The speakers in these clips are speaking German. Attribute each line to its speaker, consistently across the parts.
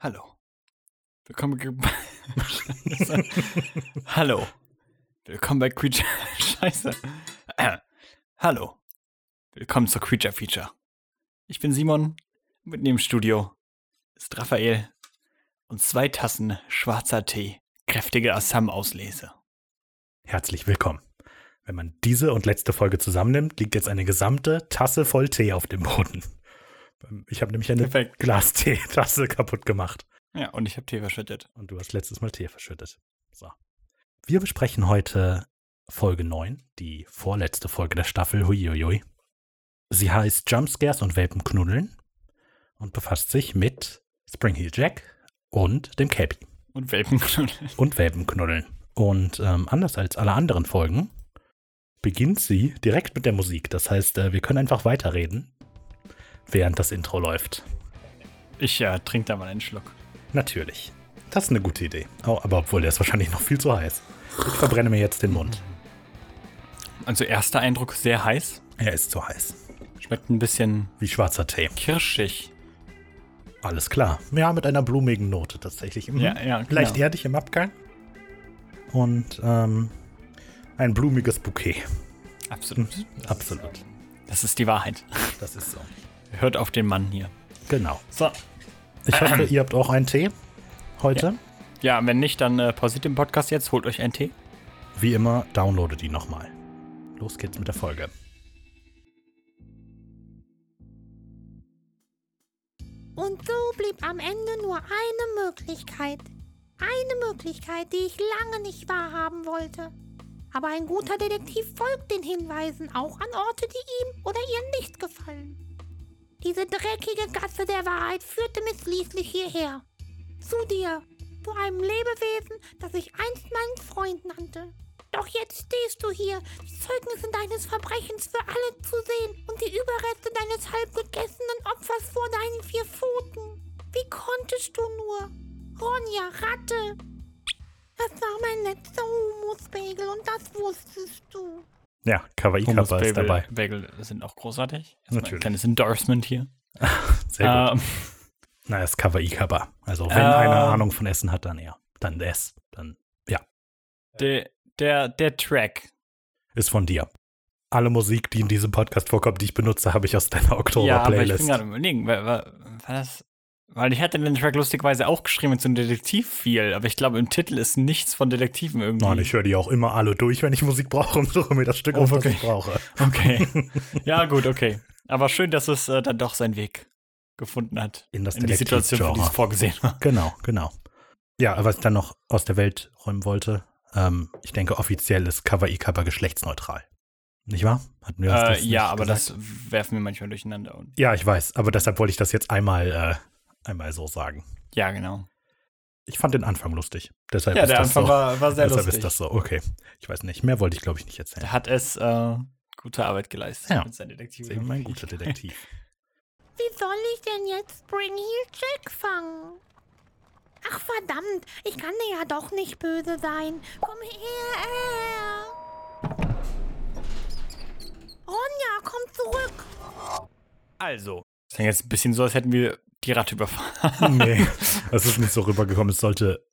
Speaker 1: Hallo. Willkommen ge- Hallo. Willkommen bei Creature. Scheiße. Äh. Hallo. Willkommen zur Creature Feature. Ich bin Simon. Mit mir im Studio ist Raphael und zwei Tassen schwarzer Tee, kräftige Assam-Auslese.
Speaker 2: Herzlich willkommen. Wenn man diese und letzte Folge zusammennimmt, liegt jetzt eine gesamte Tasse voll Tee auf dem Boden. Ähm, Ich habe nämlich eine
Speaker 1: Perfekt.
Speaker 2: Glasteetasse kaputt gemacht
Speaker 1: Ja, und ich habe Tee verschüttet.
Speaker 2: und du hast letztes Mal Tee verschüttet. So. Wir besprechen heute Folge 9, die vorletzte Folge der Staffel. Huiuiui. Sie heißt Jumpscares und Welpenknuddeln und befasst sich mit Springheel Jack und dem Cappy.
Speaker 1: Und Welpenknuddel.
Speaker 2: und Welpenknuddeln. Und ähm, anders als alle anderen Folgen beginnt sie direkt mit der Musik. Das heißt, äh, wir können einfach weiterreden, während das Intro läuft.
Speaker 1: Ich äh, trinke da mal einen Schluck.
Speaker 2: Natürlich. Das ist eine gute Idee. Oh, aber obwohl, der ist wahrscheinlich noch viel zu heiß. Ich verbrenne mir jetzt den Mund.
Speaker 1: Also erster Eindruck sehr heiß.
Speaker 2: Er ist zu heiß.
Speaker 1: Schmeckt ein bisschen
Speaker 2: Wie schwarzer Tee.
Speaker 1: kirschig.
Speaker 2: Alles klar. Ja, mit einer blumigen Note tatsächlich. Mhm.
Speaker 1: Ja, ja, genau.
Speaker 2: Leicht erdig im Abgang. Und ähm, ein blumiges Bouquet.
Speaker 1: Absolut.
Speaker 2: Absolut.
Speaker 1: Mhm. Das ist die Wahrheit.
Speaker 2: Das ist so.
Speaker 1: Hört auf den Mann hier.
Speaker 2: Genau.
Speaker 1: So.
Speaker 2: Ich hoffe, ihr habt auch einen Tee heute.
Speaker 1: Ja, wenn nicht, dann äh, pausiert den Podcast jetzt, holt euch einen Tee.
Speaker 2: Wie immer, downloadet die nochmal. Los geht's mit der Folge.
Speaker 3: Und so blieb am Ende nur eine Möglichkeit. Eine Möglichkeit, die ich lange nicht wahrhaben wollte. Aber ein guter Detektiv folgt den Hinweisen auch an Orte, die ihm oder ihr nicht gefallen. Diese dreckige Gasse der Wahrheit führte mich schließlich hierher. Zu dir, zu einem Lebewesen, das ich einst meinen Freund nannte. Doch jetzt stehst du hier, die Zeugnisse deines Verbrechens für alle zu sehen und die Überreste deines halb gegessenen Opfers vor deinen vier Pfoten. Wie konntest du nur? Ronja, Ratte! Das war mein letzter Humuspegel und das wusstest du.
Speaker 2: Ja, Kawaii Kappa ist dabei.
Speaker 1: Bagel sind auch großartig. Erstmal Ein
Speaker 2: Natürlich.
Speaker 1: kleines Endorsement hier.
Speaker 2: Sehr gut.
Speaker 1: Ähm,
Speaker 2: Na, ist Kawaii Kappa. Also, wenn
Speaker 1: Ähm.
Speaker 2: einer Ahnung von Essen hat, dann er. Dann es. Dann
Speaker 1: der, der, der Track.
Speaker 2: ist von dir. Alle Musik, die in diesem Podcast vorkommt, die ich benutze, habe ich aus
Speaker 1: ja,
Speaker 2: deiner
Speaker 1: aber ich bin
Speaker 2: Oktober-Playlist.
Speaker 1: gerade am überlegen, war, war, war das. Weil ich hatte den Track lustigerweise auch geschrieben, so ein Detektiv viel, aber ich glaube, im Titel ist nichts von Detektiven irgendwie.
Speaker 2: Nein, ich höre die auch immer alle durch, wenn ich Musik brauche und suche mir das Stück
Speaker 1: Oh,
Speaker 2: auf, das
Speaker 1: wirklich?
Speaker 2: ich brauche.
Speaker 1: Okay. ja, gut, okay. Aber schön, dass es äh, dann doch seinen Weg gefunden hat.
Speaker 2: In das
Speaker 1: in die Situation, für die es
Speaker 2: Detektivgenre.
Speaker 1: vorgesehen war.
Speaker 2: Genau, genau. Ja, was ich dann noch aus der Welt räumen wollte, ähm, ich denke, offiziell ist Kawaii Kappa geschlechtsneutral. Nicht wahr? Hatten wir uns
Speaker 1: Äh, ja,
Speaker 2: das nicht
Speaker 1: aber
Speaker 2: gesagt?
Speaker 1: das werfen wir manchmal durcheinander. Und,
Speaker 2: Ja, ich weiß, aber deshalb wollte ich das jetzt einmal, äh, einmal so sagen.
Speaker 1: ja, genau.
Speaker 2: Ich fand den Anfang lustig. Deshalb
Speaker 1: Ja,
Speaker 2: ist
Speaker 1: der
Speaker 2: das
Speaker 1: Anfang
Speaker 2: so.
Speaker 1: war, war sehr
Speaker 2: deshalb
Speaker 1: lustig.
Speaker 2: ist das so. Okay. Ich weiß nicht. Mehr wollte ich, glaube ich, nicht erzählen.
Speaker 1: Da hat es äh, gute Arbeit geleistet
Speaker 2: Ja.
Speaker 1: mit seinen Detektiven.
Speaker 2: Das ist eben ein guter Detektiv.
Speaker 3: Wie soll ich denn jetzt Springheel Jack fangen? Ach verdammt, ich kann dir ja doch nicht böse sein. Komm her! Ronja, komm zurück!
Speaker 1: Also. Das klingt jetzt ein bisschen so, als hätten wir die Ratte überfahren.
Speaker 2: nee, das ist nicht so rübergekommen. Es sollte,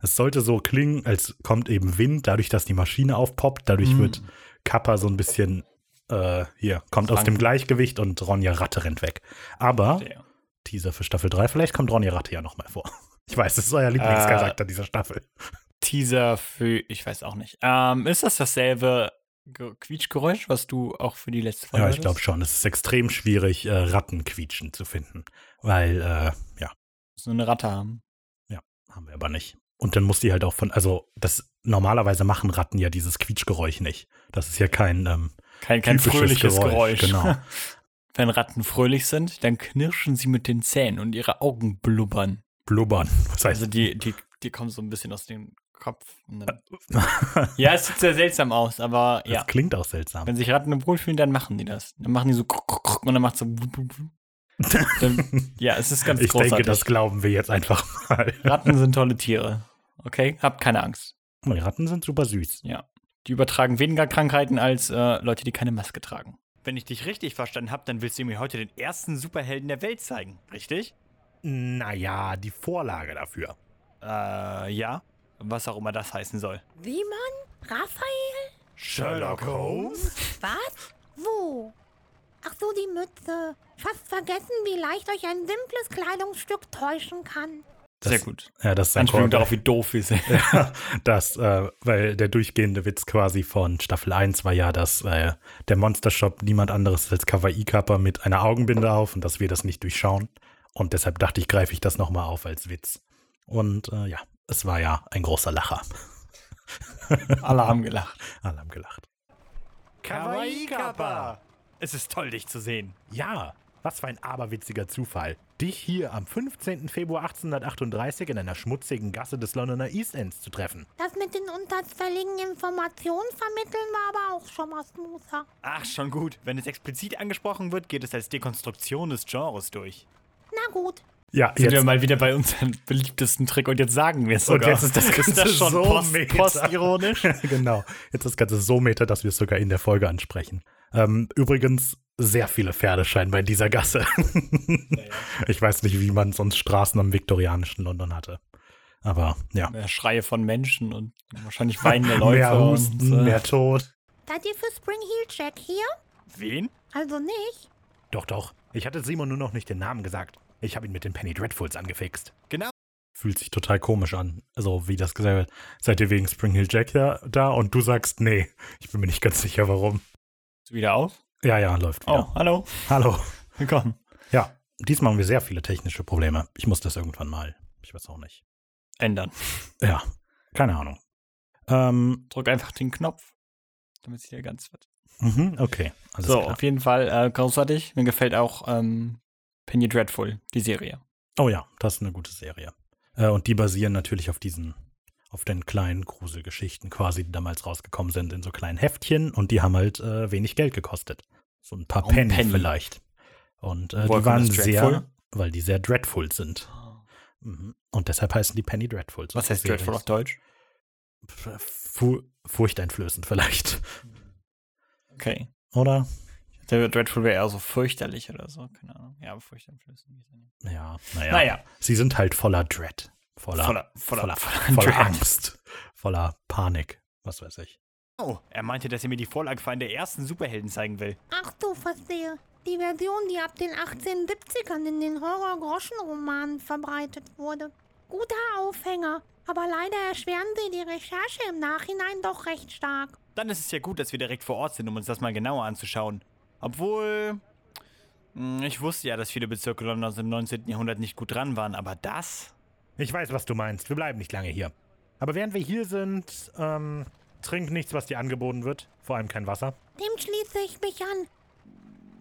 Speaker 2: es sollte so klingen, als kommt eben Wind, dadurch, dass die Maschine aufpoppt. Dadurch
Speaker 1: Mhm.
Speaker 2: wird Kappa so ein bisschen, äh, hier, kommt aus
Speaker 1: Frank.
Speaker 2: dem Gleichgewicht und Ronja Ratte rennt weg. Aber
Speaker 1: Der.
Speaker 2: Teaser für Staffel 3, vielleicht kommt Ronja Ratte ja nochmal vor. Ich weiß, das ist euer Lieblingscharakter dieser Staffel.
Speaker 1: Teaser für, ich weiß auch nicht. Ähm, ist das dasselbe Ge- Quietschgeräusch, was du auch für die letzte Folge
Speaker 2: Ja, ich glaube
Speaker 1: hattest?
Speaker 2: schon. Es ist extrem schwierig, äh, Rattenquietschen zu finden. Weil, äh, ja,
Speaker 1: So eine Ratte haben.
Speaker 2: haben wir aber nicht. Und dann muss die halt auch von, also das normalerweise machen Ratten ja dieses Quietschgeräusch nicht. Das ist ja kein, ähm,
Speaker 1: Kein, kein
Speaker 2: Typisches
Speaker 1: fröhliches Geräusch.
Speaker 2: Geräusch, genau.
Speaker 1: Wenn Ratten fröhlich sind, dann knirschen sie mit den Zähnen und ihre Augen blubbern.
Speaker 2: Blubbern. Was heißt
Speaker 1: Also die, die, die kommen so ein bisschen aus dem Kopf. Und dann ja, es sieht sehr seltsam aus, aber
Speaker 2: Das
Speaker 1: ja.
Speaker 2: klingt auch seltsam.
Speaker 1: Wenn sich Ratten im Wohl fühlen, dann machen die das. Dann machen die so kruck, kruck, kruck und dann macht so. wup, wup, wup. Dann, ja, es ist ganz
Speaker 2: Ich
Speaker 1: großartig.
Speaker 2: denke, das glauben wir jetzt einfach mal.
Speaker 1: Ratten sind tolle Tiere. Okay, habt keine Angst.
Speaker 2: Die Ratten sind super süß.
Speaker 1: Die übertragen weniger Krankheiten als äh, Leute, die keine Maske tragen. Wenn ich dich richtig verstanden habe, dann willst du mir heute den ersten Superhelden der Welt zeigen, richtig?
Speaker 2: Naja, die Vorlage dafür.
Speaker 1: Äh, ja. Was auch immer das heißen soll.
Speaker 3: Simon? Raphael?
Speaker 2: Sherlock Holmes?
Speaker 3: Was? Wo? Ach so, die Mütze. Fast vergessen, wie leicht euch ein simples Kleidungsstück täuschen kann.
Speaker 1: Sehr gut.
Speaker 2: Ja, das ist ein
Speaker 1: Anspielung
Speaker 2: Callback.
Speaker 1: darauf, wie doof wir sind.
Speaker 2: Das, äh, weil der durchgehende Witz quasi von Staffel 1 war ja, dass äh, der Monster Shop niemand anderes ist als Kawaii-Kappa mit einer Augenbinde auf und dass wir das nicht durchschauen. Und deshalb dachte ich, greife ich das nochmal auf als Witz. Und äh, ja, es war ja ein großer Lacher.
Speaker 1: Alle haben gelacht.
Speaker 2: Alle haben gelacht.
Speaker 1: Kawaii-Kappa! Es ist toll, dich zu sehen.
Speaker 2: Ja, was für ein aberwitziger Zufall. Dich hier am 15. Februar 1838 in einer schmutzigen Gasse des Londoner East Ends zu treffen.
Speaker 3: Das mit den unterschwelligen Informationen vermitteln war aber auch schon mal smoother.
Speaker 1: Ach, schon gut. Wenn es explizit angesprochen wird, geht es als Dekonstruktion des Genres durch.
Speaker 3: Na gut,
Speaker 2: Ja,
Speaker 1: Sind wir mal wieder bei unserem beliebtesten Trick und jetzt sagen wir es sogar.
Speaker 2: jetzt ist das Ganze
Speaker 1: schon
Speaker 2: so
Speaker 1: post,
Speaker 2: meta.
Speaker 1: postironisch.
Speaker 2: genau. Jetzt das Ganze so meta, dass wir es sogar in der Folge ansprechen. Ähm, übrigens, sehr viele Pferde scheinbar in dieser Gasse. Ich weiß nicht, wie man sonst Straßen am viktorianischen London hatte. Aber ja.
Speaker 1: Mehr äh, Schreie von Menschen und wahrscheinlich weinende Leute.
Speaker 2: mehr Husten,
Speaker 1: und, äh,
Speaker 2: mehr Tod.
Speaker 3: seid ihr für Spring Heel Jack hier?
Speaker 1: Wen?
Speaker 3: Also nicht?
Speaker 2: Doch, doch. Ich hatte Simon nur noch nicht den Namen gesagt. Ich habe ihn mit den Penny Dreadfuls angefixt.
Speaker 1: Genau.
Speaker 2: Fühlt sich total komisch an. Also, wie das gesagt wird. Seid ihr wegen Spring Hill Jack da, da und du sagst, nee. Ich bin mir nicht ganz sicher, warum.
Speaker 1: Bist du wieder auf?
Speaker 2: Ja, ja, läuft
Speaker 1: Oh,
Speaker 2: wieder.
Speaker 1: hallo.
Speaker 2: Hallo.
Speaker 1: Willkommen.
Speaker 2: Ja, diesmal haben wir sehr viele technische Probleme. Ich muss das irgendwann mal. Ich weiß auch nicht.
Speaker 1: Ändern.
Speaker 2: Ja, keine Ahnung. Ähm,
Speaker 1: Drück einfach den Knopf, damit es hier ganz wird.
Speaker 2: mhm, okay. Alles
Speaker 1: so,
Speaker 2: klar.
Speaker 1: auf jeden Fall äh, großartig. Mir gefällt auch ähm, Penny Dreadful, die Serie.
Speaker 2: Oh ja, das ist eine gute Serie. Äh, und die basieren natürlich auf diesen, auf den kleinen Gruselgeschichten quasi, die damals rausgekommen sind, in so kleinen Heftchen und die haben halt äh, wenig Geld gekostet. So ein paar
Speaker 1: Warum
Speaker 2: Penny,
Speaker 1: Penny?
Speaker 2: vielleicht. Und äh,
Speaker 1: Woher
Speaker 2: die
Speaker 1: kommt
Speaker 2: waren
Speaker 1: das
Speaker 2: sehr,
Speaker 1: Dreadful? Ah.
Speaker 2: weil die sehr dreadful sind. Mhm. Und deshalb heißen die Penny Dreadfuls.
Speaker 1: Was heißt
Speaker 2: Series.
Speaker 1: Dreadful auf Deutsch?
Speaker 2: Fu furchteinflößend vielleicht.
Speaker 1: Okay.
Speaker 2: Oder?
Speaker 1: Der Dreadful wäre eher so fürchterlich oder so, keine Ahnung. Ja, furchteinflößend.
Speaker 2: Ja, naja.
Speaker 1: Naja,
Speaker 2: Sie sind halt voller Dread. Voller, voller,
Speaker 1: voller, voller, voller,
Speaker 2: voller
Speaker 1: Dread.
Speaker 2: Angst. Voller Panik. Was weiß ich.
Speaker 1: Oh, er meinte, dass er mir die Vorlage für einen der ersten Superhelden zeigen will.
Speaker 3: Ach du, verstehe. Die Version, die ab den 1870ern in den Horror-Groschen-Romanen verbreitet wurde. Guter Aufhänger, aber leider erschweren sie die Recherche im Nachhinein doch recht stark.
Speaker 1: Dann ist es ja gut, dass wir direkt vor Ort sind, um uns das mal genauer anzuschauen. Obwohl. mh, Ich wusste ja, dass viele Bezirke Londons im 19. Jahrhundert nicht gut dran waren, aber das?
Speaker 2: Ich weiß, was du meinst. Wir bleiben nicht lange hier. Aber während wir hier sind, ähm, trink nichts, was dir angeboten wird. Vor allem kein Wasser.
Speaker 3: Dem schließe ich mich an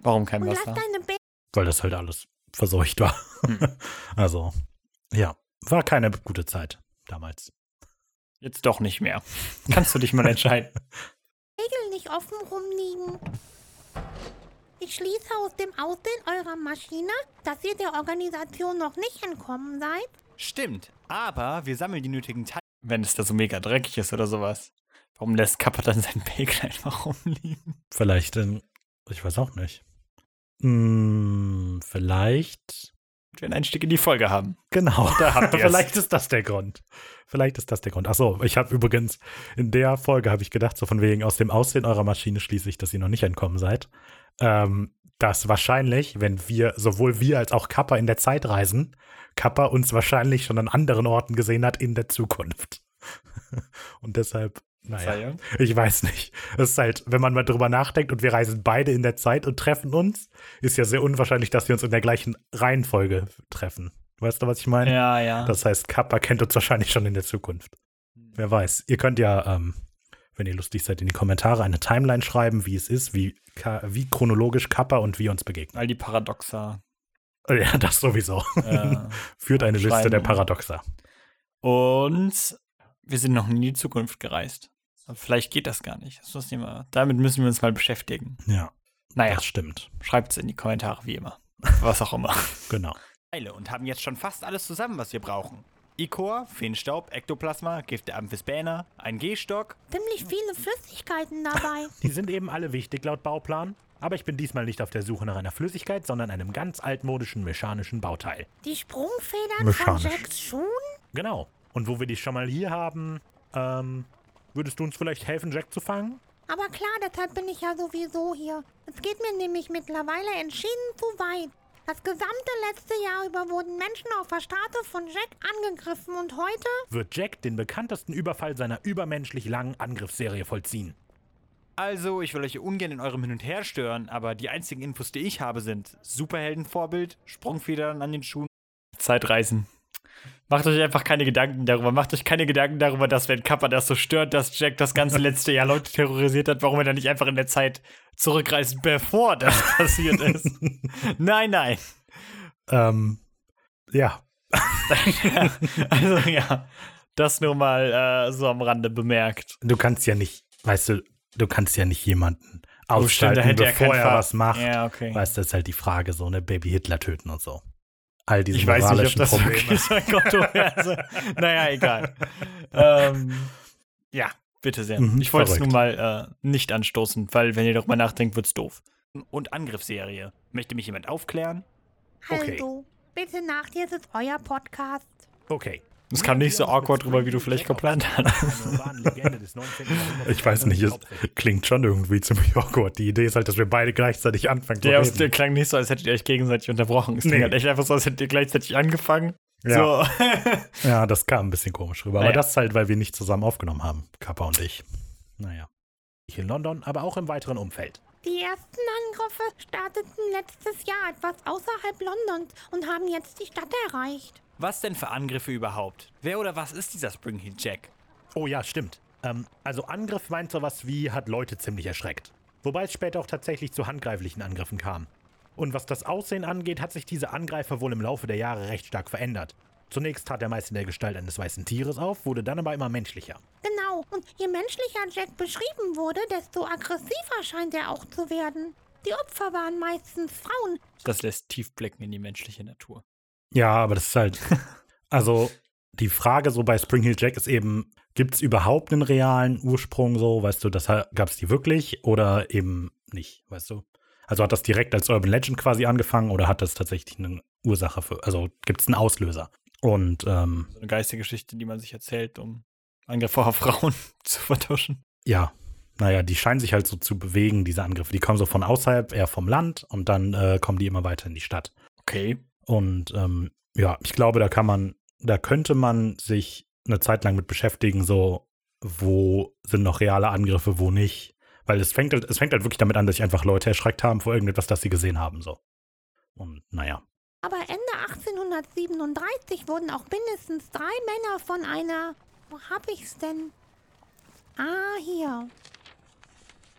Speaker 1: Warum kein
Speaker 3: und lass deine Be
Speaker 2: Weil das halt alles verseucht war. also, ja. War keine gute Zeit damals.
Speaker 1: Jetzt doch nicht mehr. Kannst du dich mal entscheiden.
Speaker 3: Regel nicht offen rumliegen. Ich schließe aus dem Aussehen eurer Maschine, dass ihr der Organisation noch nicht entkommen seid.
Speaker 1: Stimmt, aber wir sammeln die nötigen Teile. Wenn es da so mega dreckig ist oder sowas. Warum lässt Kappa dann sein Bagel einfach rumliegen?
Speaker 2: Vielleicht in. Ich weiß auch nicht. Hm, vielleicht
Speaker 1: Wir einen Einstieg in die Folge haben.
Speaker 2: Genau.
Speaker 1: Da habt ihr's.
Speaker 2: Vielleicht ist das der Grund. Vielleicht ist das der Grund. Achso, ich habe übrigens in der Folge habe ich gedacht, so von wegen aus dem Aussehen eurer Maschine schließe ich, dass ihr noch nicht entkommen seid. Ähm, dass wahrscheinlich, wenn wir, sowohl wir als auch Kappa in der Zeit reisen, Kappa uns wahrscheinlich schon an anderen Orten gesehen hat in der Zukunft. Und deshalb, naja,
Speaker 1: Verzeihung.
Speaker 2: ich weiß nicht. Es ist halt, wenn man mal drüber nachdenkt und wir reisen beide in der Zeit und treffen uns, ist ja sehr unwahrscheinlich, dass wir uns in der gleichen Reihenfolge treffen. Weißt du, was ich meine?
Speaker 1: Ja, ja.
Speaker 2: Das heißt, Kappa kennt uns wahrscheinlich schon in der Zukunft. Wer weiß. Ihr könnt ja, ähm, wenn ihr lustig seid, in die Kommentare eine Timeline schreiben, wie es ist, wie, Ka- wie chronologisch Kappa und wie uns begegnen.
Speaker 1: All die Paradoxa.
Speaker 2: Ja, das sowieso.
Speaker 1: Äh,
Speaker 2: Führt eine Liste
Speaker 1: Schreiben.
Speaker 2: der Paradoxa.
Speaker 1: Und wir sind noch nie in die Zukunft gereist. Aber vielleicht geht das gar nicht. Das müssen wir, mal- damit müssen wir uns mal beschäftigen.
Speaker 2: Ja,
Speaker 1: Naja,
Speaker 2: das stimmt.
Speaker 1: schreibt es in die Kommentare, wie immer. Was auch immer.
Speaker 2: Genau.
Speaker 1: Eile und haben jetzt schon fast alles zusammen, was wir brauchen. Ikor, Feenstaub, Ektoplasma, Gifte bis Banner, ein G-Stock.
Speaker 3: Ziemlich viele Flüssigkeiten dabei.
Speaker 2: Die sind eben alle wichtig laut Bauplan. Aber ich bin diesmal nicht auf der Suche nach einer Flüssigkeit, sondern einem ganz altmodischen mechanischen Bauteil.
Speaker 3: Die Sprungfedern
Speaker 2: Mechanisch.
Speaker 3: von Jacks Schuhen?
Speaker 2: Genau. Und wo wir dich schon mal hier haben, ähm, würdest du uns vielleicht helfen, Jack zu fangen?
Speaker 3: Aber klar, deshalb bin ich ja sowieso hier. Es geht mir nämlich mittlerweile entschieden zu weit. Das gesamte letzte Jahr über wurden Menschen auf der Straße von Jack angegriffen und heute?
Speaker 2: Wird Jack den bekanntesten Überfall seiner übermenschlich langen Angriffsserie vollziehen?
Speaker 1: Also, ich will euch ungern in eurem Hin und Her stören, aber die einzigen Infos, die ich habe, sind Superheldenvorbild, Sprungfedern an den Schuhen, Zeitreisen. Macht euch einfach keine Gedanken darüber. Macht euch keine Gedanken darüber, dass wenn Kappa das so stört, dass Jack das ganze letzte Jahr Leute terrorisiert hat, warum er dann nicht einfach in der Zeit zurückreist, bevor das passiert ist. nein, nein.
Speaker 2: Ähm, ja.
Speaker 1: also ja, das nur mal äh, so am Rande bemerkt.
Speaker 2: Du kannst ja nicht, weißt du, du kannst ja nicht jemanden
Speaker 1: Oh, stimmt,
Speaker 2: ausschalten, bevor er
Speaker 1: Ver-
Speaker 2: was macht.
Speaker 1: Ja, okay.
Speaker 2: Weißt du, ist halt die Frage, so eine Baby Hitler töten und so. All diese
Speaker 1: Ich weiß nicht, ob
Speaker 2: moralischen
Speaker 1: das
Speaker 2: Probleme.
Speaker 1: wirklich sein Konto wäre. naja, egal. ähm, ja, bitte sehr.
Speaker 2: Mhm,
Speaker 1: ich wollte es nur
Speaker 2: verrückt.
Speaker 1: mal äh, nicht anstoßen, weil wenn ihr darüber nachdenkt, wird's doof. Und Angriffsserie. Möchte mich jemand aufklären?
Speaker 2: Okay.
Speaker 3: Also, bitte nach dir, es ist euer Podcast.
Speaker 2: Okay.
Speaker 1: Das kam nicht so awkward rüber, wie du vielleicht geplant hast.
Speaker 2: Ich weiß nicht, es klingt schon irgendwie ziemlich awkward. Die Idee ist halt, dass wir beide gleichzeitig anfangen zu
Speaker 1: Der, aus- der
Speaker 2: reden.
Speaker 1: klang nicht so, als hättet ihr euch gegenseitig unterbrochen. Es klingt
Speaker 2: Nee.
Speaker 1: halt echt einfach so, als hättet ihr gleichzeitig angefangen.
Speaker 2: Ja.
Speaker 1: So.
Speaker 2: ja, das kam ein bisschen komisch rüber. Aber
Speaker 1: Naja.
Speaker 2: das ist halt, weil wir nicht zusammen aufgenommen haben, Kappa und ich. Naja. Ich in London, aber auch im weiteren Umfeld.
Speaker 3: Die ersten Angriffe starteten letztes Jahr etwas außerhalb Londons und haben jetzt die Stadt erreicht.
Speaker 1: Was denn für Angriffe überhaupt? Wer oder was ist dieser Spring Hill Jack?
Speaker 2: Oh ja, stimmt. Ähm, also Angriff meint sowas wie, hat Leute ziemlich erschreckt. Wobei es später auch tatsächlich zu handgreiflichen Angriffen kam. Und was das Aussehen angeht, hat sich dieser Angreifer wohl im Laufe der Jahre recht stark verändert. Zunächst trat er meist in der Gestalt eines weißen Tieres auf, wurde dann aber immer menschlicher.
Speaker 3: Genau, und je menschlicher Jack beschrieben wurde, desto aggressiver scheint er auch zu werden. Die Opfer waren meistens Frauen.
Speaker 1: Das lässt tief blicken in die menschliche Natur.
Speaker 2: Ja, aber das ist halt. Also, die Frage so bei Spring Hill Jack ist eben, gibt es überhaupt einen realen Ursprung so? Weißt du, das gab es die wirklich oder eben nicht, weißt du? Also hat das direkt als Urban Legend quasi angefangen oder hat das tatsächlich eine Ursache für, also gibt es einen Auslöser? Und ähm,
Speaker 1: So eine Geistergeschichte, die man sich erzählt, um Angriffe auf Frauen zu vertuschen.
Speaker 2: ja, naja, die scheinen sich halt so zu bewegen, diese Angriffe. Die kommen so von außerhalb, eher vom Land und dann äh, kommen die immer weiter in die Stadt.
Speaker 1: Okay.
Speaker 2: Und ähm, ja, ich glaube, da kann man, da könnte man sich eine Zeit lang mit beschäftigen, so wo sind noch reale Angriffe, wo nicht. Weil es fängt halt, es fängt halt wirklich damit an, dass sich einfach Leute erschreckt haben vor irgendetwas, das sie gesehen haben, so. Und naja.
Speaker 3: Aber Ende 1837 wurden auch mindestens drei Männer von einer. Wo hab ich's denn? Ah, hier.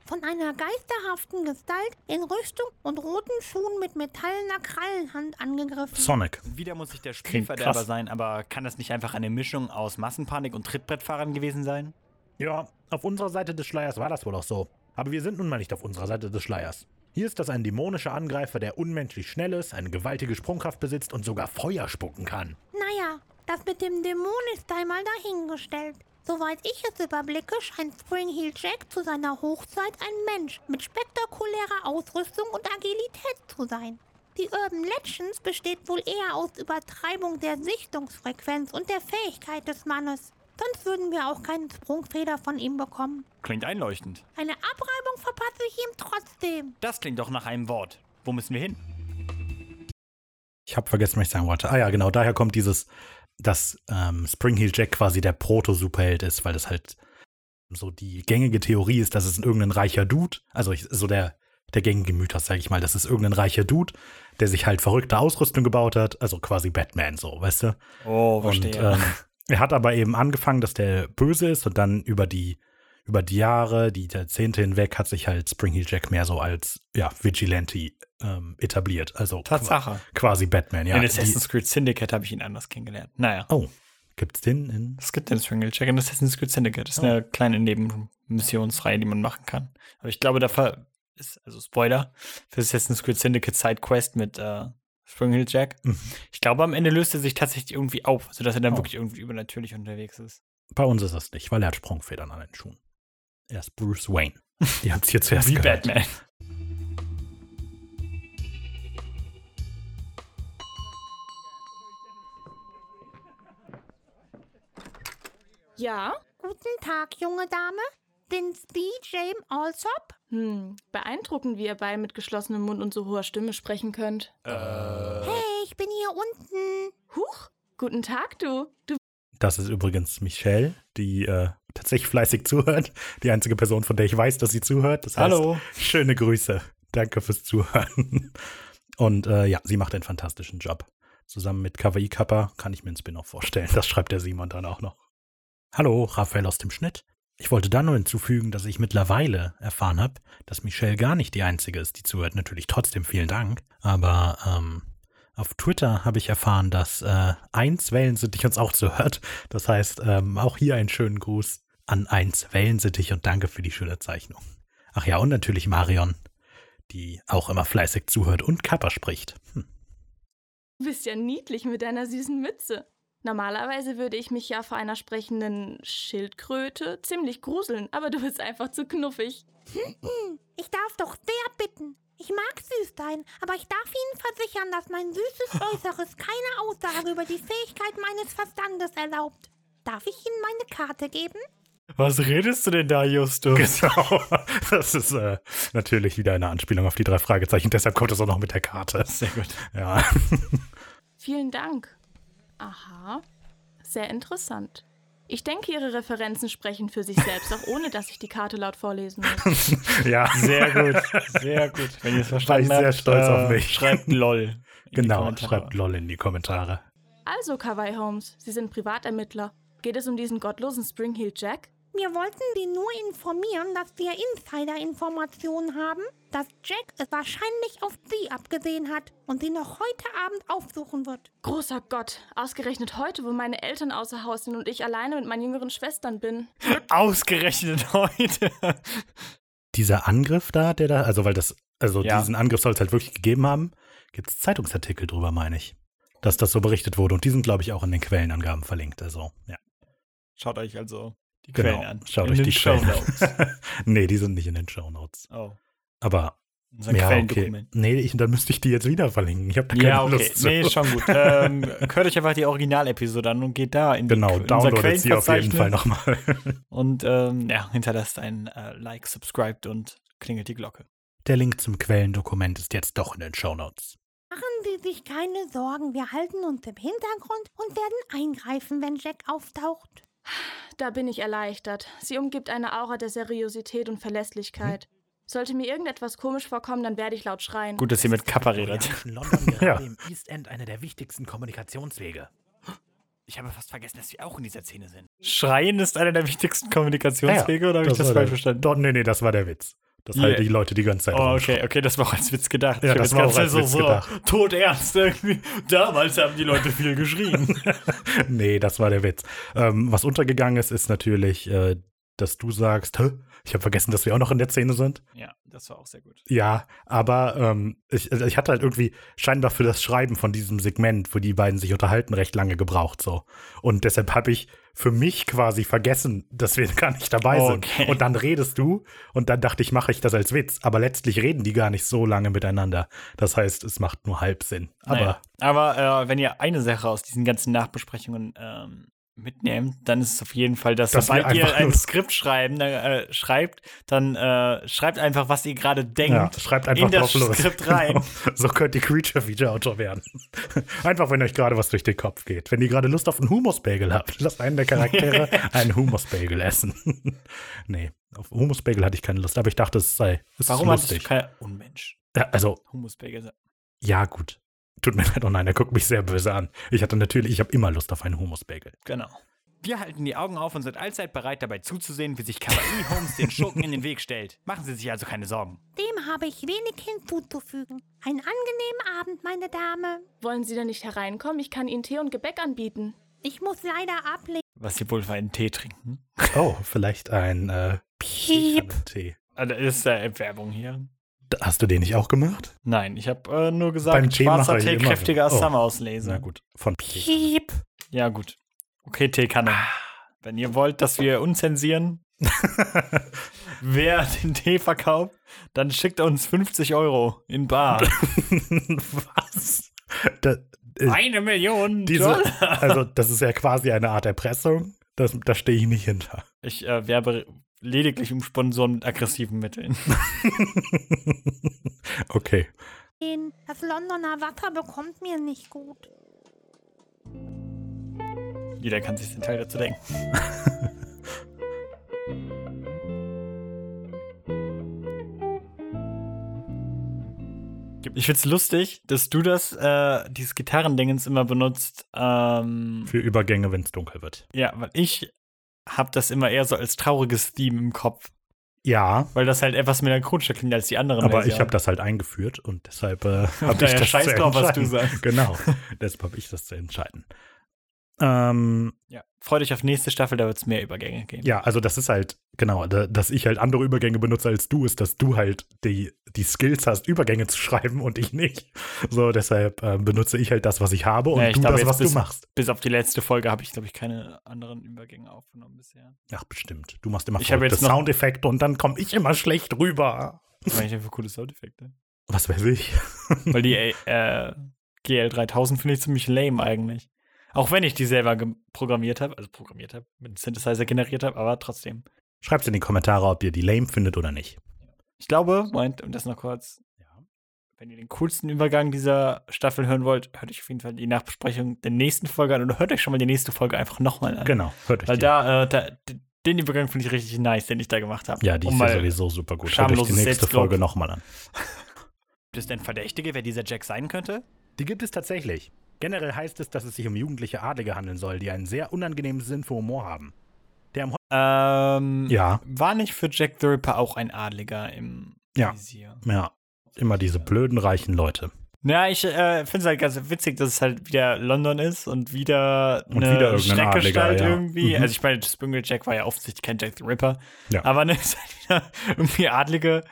Speaker 3: Von einer geisterhaften Gestalt in Rüstung und roten Schuhen mit metallener Krallenhand angegriffen.
Speaker 2: Sonic.
Speaker 1: Wieder muss ich der
Speaker 2: Klingt
Speaker 1: Spielverderber
Speaker 2: krass.
Speaker 1: sein, aber kann das nicht einfach eine Mischung aus Massenpanik und Trittbrettfahrern gewesen sein?
Speaker 2: Ja, auf unserer Seite des Schleiers war das wohl auch so. Aber wir sind nun mal nicht auf unserer Seite des Schleiers. Hier ist das ein dämonischer Angreifer, der unmenschlich schnell ist, eine gewaltige Sprungkraft besitzt und sogar Feuer spucken kann.
Speaker 3: Naja, das mit dem Dämon ist einmal dahingestellt. Soweit ich es überblicke, scheint Springheel Jack zu seiner Hochzeit ein Mensch mit spektakulärer Ausrüstung und Agilität zu sein. Die Urban Legends besteht wohl eher aus Übertreibung der Sichtungsfrequenz und der Fähigkeit des Mannes. Sonst würden wir auch keinen Sprungfeder von ihm bekommen.
Speaker 1: Klingt einleuchtend.
Speaker 3: Eine Abreibung verpasse ich ihm trotzdem.
Speaker 1: Das klingt doch nach einem Wort. Wo müssen wir hin?
Speaker 2: Ich habe vergessen, was ich sagen wollte. Ah ja, genau, daher kommt dieses, dass ähm, Springheel Jack quasi der Proto-Superheld ist, weil das halt so die gängige Theorie ist, dass es irgendein reicher Dude, also ich, so der, der gängige Mythos, sage ich mal, das ist irgendein reicher Dude, der sich halt verrückte Ausrüstung gebaut hat, also quasi Batman so, weißt du?
Speaker 1: Oh,
Speaker 2: Und ähm, er hat aber eben angefangen, dass der böse ist und dann über die über die Jahre, die Jahrzehnte hinweg hat sich halt Springheel Jack mehr so als ja, Vigilante ähm, etabliert. Also
Speaker 1: Tatsache.
Speaker 2: qua- quasi Batman, ja.
Speaker 1: in
Speaker 2: Die-
Speaker 1: Assassin's Creed Syndicate habe ich ihn anders kennengelernt. Naja.
Speaker 2: Oh, gibt's den in?
Speaker 1: Es gibt den Strangle Check in Assassin's Creed Syndicate. Das ist eine kleine Nebenmissionsreihe, die man machen kann. Aber ich glaube, da ver- ist, also Spoiler, für Assassin's Creed Syndicate Sidequest mit äh, Springhill Jack.
Speaker 2: Mhm.
Speaker 1: Ich glaube, am Ende löst er sich tatsächlich irgendwie auf, sodass er dann
Speaker 2: Oh.
Speaker 1: wirklich irgendwie übernatürlich unterwegs ist.
Speaker 2: Bei uns ist das nicht, weil er hat Sprungfedern an den Schuhen. Er ist Bruce Wayne. Ihr habt's hier zuerst
Speaker 1: Wie
Speaker 2: gehört.
Speaker 1: Batman.
Speaker 4: Ja?
Speaker 3: Guten Tag, junge Dame. Sind Sie James Alsop?
Speaker 4: Hm, beeindruckend, wie ihr beide mit geschlossenem Mund und so hoher Stimme sprechen könnt.
Speaker 3: Hey, ich bin hier unten.
Speaker 4: Huch, guten Tag, du. Du
Speaker 2: Das ist übrigens Michelle, die äh, tatsächlich fleißig zuhört. Die einzige Person, von der ich weiß, dass sie zuhört. Das heißt,
Speaker 1: Hallo.
Speaker 2: Schöne Grüße. Danke fürs Zuhören. Und äh, ja, sie macht einen fantastischen Job. Zusammen mit Kawaii Kappa kann ich mir einen Spin-off vorstellen. Das schreibt der Simon dann auch noch. Hallo, Raphael aus dem Schnitt. Ich wollte da nur hinzufügen, dass ich mittlerweile erfahren habe, dass Michelle gar nicht die Einzige ist, die zuhört. Natürlich trotzdem vielen Dank. Aber ähm, auf Twitter habe ich erfahren, dass äh, eins Wellensittich uns auch zuhört. Das heißt, ähm, auch hier einen schönen Gruß an eins Wellensittich und danke für die schöne Zeichnung. Ach ja, und natürlich Marion, die auch immer fleißig zuhört und Kappa spricht. Hm.
Speaker 4: bist ja niedlich mit deiner süßen Mütze. Normalerweise würde ich mich ja vor einer sprechenden Schildkröte ziemlich gruseln, aber du bist einfach zu knuffig.
Speaker 3: Ich darf doch sehr bitten. Ich mag Süßdein, aber ich darf Ihnen versichern, dass mein süßes Äußeres keine Aussage über die Fähigkeit meines Verstandes erlaubt. Darf ich Ihnen meine Karte geben?
Speaker 1: Was redest du denn da, Justus?
Speaker 2: Genau. Das ist äh, natürlich wieder eine Anspielung auf die drei Fragezeichen. Deshalb kommt das auch noch mit der Karte.
Speaker 1: Sehr gut.
Speaker 2: Ja.
Speaker 4: Vielen Dank. Aha, sehr interessant. Ich denke, ihre Referenzen sprechen für sich selbst, auch ohne dass ich die Karte laut vorlesen muss.
Speaker 2: ja.
Speaker 1: Sehr gut, sehr gut. Wenn ihr es verstanden
Speaker 2: War ich sehr
Speaker 1: habt, äh,
Speaker 2: stolz auf mich.
Speaker 1: Schreibt LOL. in die
Speaker 2: Genau.
Speaker 1: Kommentare.
Speaker 2: Schreibt LOL in die Kommentare.
Speaker 4: Also, Kawaii Holmes, Sie sind Privatermittler. Geht es um diesen gottlosen Springheel Jack?
Speaker 3: Wir wollten Sie nur informieren, dass wir Insider-Informationen haben, dass Jack es wahrscheinlich auf Sie abgesehen hat und Sie noch heute Abend aufsuchen wird.
Speaker 4: Großer Gott, ausgerechnet heute, wo meine Eltern außer Haus sind und ich alleine mit meinen jüngeren Schwestern bin.
Speaker 1: Ausgerechnet heute.
Speaker 2: Dieser Angriff da, der da, also weil das, also
Speaker 1: Ja.
Speaker 2: diesen Angriff soll es halt wirklich gegeben haben, gibt es Zeitungsartikel drüber, meine ich. Dass das so berichtet wurde. Und die sind, glaube ich, auch in den Quellenangaben verlinkt. Also, ja.
Speaker 1: Schaut euch also die
Speaker 2: Genau,
Speaker 1: Quellen an.
Speaker 2: schaut
Speaker 1: In
Speaker 2: euch
Speaker 1: den
Speaker 2: die Quellen an.
Speaker 1: Shownotes.
Speaker 2: nee, die sind nicht in den Shownotes.
Speaker 1: Oh,
Speaker 2: Aber
Speaker 1: unser Quellendokument.
Speaker 2: Nee, ich, dann müsste ich die jetzt wieder verlinken. Ich habe da keine
Speaker 1: Ja, okay.
Speaker 2: Lust zu.
Speaker 1: Nee, ist schon gut. Ähm, hört euch einfach die Originalepisode an und geht da in
Speaker 2: genau,
Speaker 1: die, unser
Speaker 2: downloadet sie auf jeden
Speaker 1: Quellenverzeichnis
Speaker 2: Fall nochmal.
Speaker 1: Und ähm, ja, hinterlasst ein äh, Like, subscribed und klingelt die Glocke.
Speaker 2: Der Link zum Quellendokument ist jetzt doch in den Shownotes.
Speaker 3: Machen Sie sich keine Sorgen, wir halten uns im Hintergrund und werden eingreifen, wenn Jack auftaucht.
Speaker 4: Da bin ich erleichtert. Sie umgibt eine Aura der Seriosität und Verlässlichkeit. Sollte mir irgendetwas komisch vorkommen, dann werde ich laut schreien.
Speaker 1: Gut, dass ihr mit Kappa redet.
Speaker 5: London gerade
Speaker 2: Ja.
Speaker 5: im East End einer der wichtigsten Kommunikationswege.
Speaker 1: Ich habe fast vergessen, dass wir auch in dieser Szene sind. Schreien ist einer der wichtigsten Kommunikationswege, oder habe ich das
Speaker 2: Ah war
Speaker 1: falsch
Speaker 2: der-
Speaker 1: verstanden?
Speaker 2: Dort, nee, nee, das war der Witz. Das
Speaker 1: Yeah.
Speaker 2: halt die Leute die ganze Zeit.
Speaker 1: Oh,
Speaker 2: rumschreien.
Speaker 1: okay, okay, das war auch als Witz gedacht.
Speaker 2: Ja,
Speaker 1: Ich hab
Speaker 2: das
Speaker 1: jetzt
Speaker 2: war
Speaker 1: ganz
Speaker 2: auch als
Speaker 1: so,
Speaker 2: Witz
Speaker 1: so
Speaker 2: gedacht.
Speaker 1: Todernst irgendwie. Damals haben die Leute viel geschrien.
Speaker 2: Nee, das war der Witz. Ähm, was untergegangen ist, ist natürlich, äh, dass du sagst, Hä? ich habe vergessen, dass wir auch noch in der Szene sind.
Speaker 1: ja, das war auch sehr gut.
Speaker 2: Ja, aber ähm, ich, also ich hatte halt irgendwie scheinbar für das Schreiben von diesem Segment, wo die beiden sich unterhalten, recht lange gebraucht so. Und deshalb habe ich für mich quasi vergessen, dass wir gar nicht dabei
Speaker 1: Okay.
Speaker 2: sind. Und dann redest du und dann dachte ich, mache ich das als Witz. Aber letztlich reden die gar nicht so lange miteinander. Das heißt, es macht nur halb Sinn. Aber
Speaker 1: Naja. aber äh, wenn ihr eine Sache aus diesen ganzen Nachbesprechungen ähm, mitnehmt, dann ist es auf jeden Fall, dass,
Speaker 2: Dass wir
Speaker 1: sobald ihr
Speaker 2: einfach
Speaker 1: ein
Speaker 2: nur-
Speaker 1: Skript schreiben, äh, äh, schreibt, dann äh, schreibt einfach, was ihr gerade denkt.
Speaker 2: ja, schreibt einfach
Speaker 1: in das
Speaker 2: drauf los.
Speaker 1: Skript rein.
Speaker 2: Genau. So könnt ihr Creature-Feature-Autor werden. einfach, wenn euch gerade was durch den Kopf geht. Wenn ihr gerade Lust auf einen Humusbagel habt, lasst einen der Charaktere einen Humusbagel essen. nee, auf Humusbagel hatte ich keine Lust, aber ich dachte, es sei es
Speaker 1: Warum
Speaker 2: ist
Speaker 1: hat
Speaker 2: lustig.
Speaker 1: kein Unmensch?
Speaker 2: Ja, also,
Speaker 1: Humusbagel.
Speaker 2: ja, gut. Tut mir leid, oh nein, er guckt mich sehr böse an. Ich hatte natürlich, ich habe immer Lust auf einen Humusbagel.
Speaker 1: Genau. Wir halten die Augen auf und sind allzeit bereit, dabei zuzusehen, wie sich Kawaii Holmes den Schurken in den Weg stellt. Machen Sie sich also keine Sorgen.
Speaker 3: Dem habe ich wenig hinzuzufügen. Einen angenehmen Abend, meine Dame.
Speaker 4: Wollen Sie denn nicht hereinkommen? Ich kann Ihnen Tee und Gebäck anbieten.
Speaker 3: Ich muss leider ablegen.
Speaker 1: Was Sie wohl für einen Tee trinken?
Speaker 2: Oh, vielleicht ein äh, Tee.
Speaker 1: Also, das ist ja Erwerbung hier.
Speaker 2: Da- Hast du den nicht auch gemacht?
Speaker 1: Nein, ich habe äh, nur gesagt,
Speaker 2: Beim Tee
Speaker 1: schwarzer
Speaker 2: mache ich
Speaker 1: Tee
Speaker 2: immer-
Speaker 1: kräftiger als
Speaker 2: Oh.
Speaker 1: Summerauslese.
Speaker 2: Na gut, von
Speaker 3: Piep.
Speaker 1: Ja, gut. Okay, Teekanne.
Speaker 2: Ah.
Speaker 1: Wenn ihr wollt, dass wir unzensieren, wer den Tee verkauft, dann schickt uns 50 Euro in Bar.
Speaker 2: Was? Da, äh,
Speaker 1: Eine Million
Speaker 2: Diese,
Speaker 1: Dollar.
Speaker 2: also, das ist ja quasi eine Art Erpressung. Das, da stehe ich nicht hinter.
Speaker 1: Ich äh, werbe lediglich um Sponsoren mit aggressiven Mitteln.
Speaker 2: okay.
Speaker 3: Den- Das Londoner Watter bekommt mir nicht gut.
Speaker 1: Jeder kann sich den Teil dazu denken. Ich find's lustig, dass du das, äh, dieses Gitarrendingens immer benutzt. Ähm,
Speaker 2: Für Übergänge, wenn es dunkel wird.
Speaker 1: ja, weil ich hab das immer eher so als trauriges Theme im Kopf,
Speaker 2: Ja,
Speaker 1: weil das halt etwas melancholischer klingt als die anderen.
Speaker 2: aber ich
Speaker 1: Versionen.
Speaker 2: habe das halt eingeführt und deshalb äh, habe ich
Speaker 1: Daher
Speaker 2: das
Speaker 1: scheiß
Speaker 2: zu
Speaker 1: drauf, was du
Speaker 2: entscheiden.
Speaker 1: sagst.
Speaker 2: Genau, deshalb habe ich das zu entscheiden. Ähm,
Speaker 1: Ja, freu dich auf nächste Staffel, da wird's mehr Übergänge geben.
Speaker 2: ja, also das ist halt, genau, da, dass ich halt andere Übergänge benutze als du, ist, dass du halt die, die Skills hast, Übergänge zu schreiben und ich nicht. So, deshalb äh, benutze ich halt das, was ich habe und
Speaker 1: Ja, ich
Speaker 2: du
Speaker 1: glaube,
Speaker 2: das,
Speaker 1: jetzt
Speaker 2: was du
Speaker 1: bist-
Speaker 2: machst.
Speaker 1: Bis auf die letzte Folge habe ich, glaube ich, keine anderen Übergänge aufgenommen bisher.
Speaker 2: Ach, bestimmt. Du machst immer
Speaker 1: Ich habe jetzt
Speaker 2: verrückte
Speaker 1: noch-
Speaker 2: Soundeffekte und dann komme ich immer schlecht rüber.
Speaker 1: Was mache ich denn für coole Soundeffekte?
Speaker 2: Was weiß ich.
Speaker 1: Weil die äh, GL3000 finde ich ziemlich lame eigentlich. Auch wenn ich die selber gem- programmiert habe, also programmiert habe, mit einem Synthesizer generiert habe, aber trotzdem.
Speaker 2: Schreibt in die Kommentare, ob ihr die lame findet oder nicht.
Speaker 1: Ich glaube, Moment, um das noch kurz. Wenn ihr den coolsten Übergang dieser Staffel hören wollt, hört euch auf jeden Fall die Nachbesprechung der nächsten Folge an oder hört euch schon mal die nächste Folge einfach nochmal an.
Speaker 2: Genau, hört euch
Speaker 1: Weil
Speaker 2: die.
Speaker 1: da, äh, da, d- den Übergang finde ich richtig nice, den ich da gemacht habe.
Speaker 2: ja, die
Speaker 1: um
Speaker 2: ist ja
Speaker 1: mal-
Speaker 2: sowieso super gut. Hört euch die
Speaker 1: schamloses
Speaker 2: nächste
Speaker 1: Selbstlob.
Speaker 2: Folge nochmal an.
Speaker 1: Gibt es denn Verdächtige, wer dieser Jack sein könnte?
Speaker 2: Die gibt es tatsächlich. Generell heißt es, dass es sich um jugendliche Adlige handeln soll, die einen sehr unangenehmen Sinn für Humor haben.
Speaker 1: Ähm,
Speaker 2: Ja,
Speaker 1: War nicht für Jack the Ripper auch ein Adliger im
Speaker 2: Ja.
Speaker 1: Visier?
Speaker 2: ja. Immer diese blöden reichen Leute.
Speaker 1: Na, ich äh, finde es halt ganz witzig, dass es halt wieder London ist und wieder
Speaker 2: Und
Speaker 1: eine
Speaker 2: wieder irgendein
Speaker 1: Schreckgestalt
Speaker 2: Adliger, ja.
Speaker 1: irgendwie.
Speaker 2: Mhm.
Speaker 1: Also ich meine, Springle Jack war ja offensichtlich kein Jack the Ripper.
Speaker 2: Ja.
Speaker 1: Aber ne, ist halt wieder irgendwie Adlige.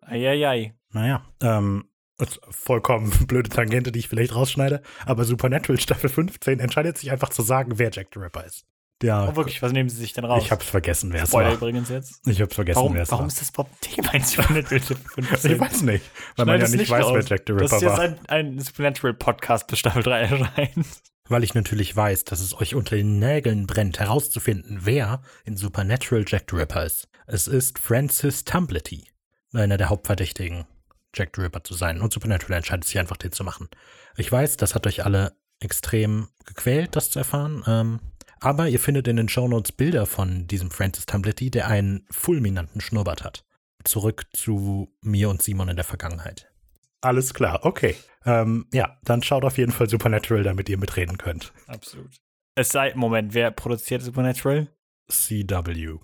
Speaker 1: Eieiei.
Speaker 2: Naja, ähm, das ist vollkommen blöde Tangente, die ich vielleicht rausschneide, aber Supernatural Staffel 15 entscheidet sich einfach zu sagen, wer Jack the Rapper ist. Ja,
Speaker 1: Oh, wirklich, was nehmen sie sich denn raus?
Speaker 2: ich hab's vergessen, wer es
Speaker 1: Spoiler
Speaker 2: war.
Speaker 1: übrigens jetzt.
Speaker 2: Ich hab's vergessen,
Speaker 1: Warum,
Speaker 2: wer es
Speaker 1: warum
Speaker 2: war.
Speaker 1: ist das überhaupt ein Thema in Supernatural Staffel 15?
Speaker 2: Ich weiß nicht, weil man
Speaker 1: Schneid
Speaker 2: ja
Speaker 1: es
Speaker 2: nicht weiß,
Speaker 1: raus.
Speaker 2: wer Jack the Ripper
Speaker 1: Das ist jetzt
Speaker 2: war.
Speaker 1: ein, ein Supernatural-Podcast bis Staffel 3 erscheint.
Speaker 2: Weil ich natürlich weiß, dass es euch unter den Nägeln brennt, herauszufinden, wer in Supernatural Jack the Ripper ist. Es ist Francis Tumblety, einer der Hauptverdächtigen, Jack the Ripper zu sein. Und Supernatural entscheidet sich einfach, den zu machen. Ich weiß, das hat euch alle extrem gequält, das zu erfahren. Ähm, aber ihr findet in den Shownotes Bilder von diesem Francis Tumblety, der einen fulminanten Schnurrbart hat. Zurück zu mir und Simon in der Vergangenheit. Alles klar, okay. Ähm, ja, dann schaut auf jeden Fall Supernatural, damit ihr mitreden könnt.
Speaker 1: Absolut. Es sei, Moment, wer produziert Supernatural?
Speaker 2: CW.
Speaker 1: Die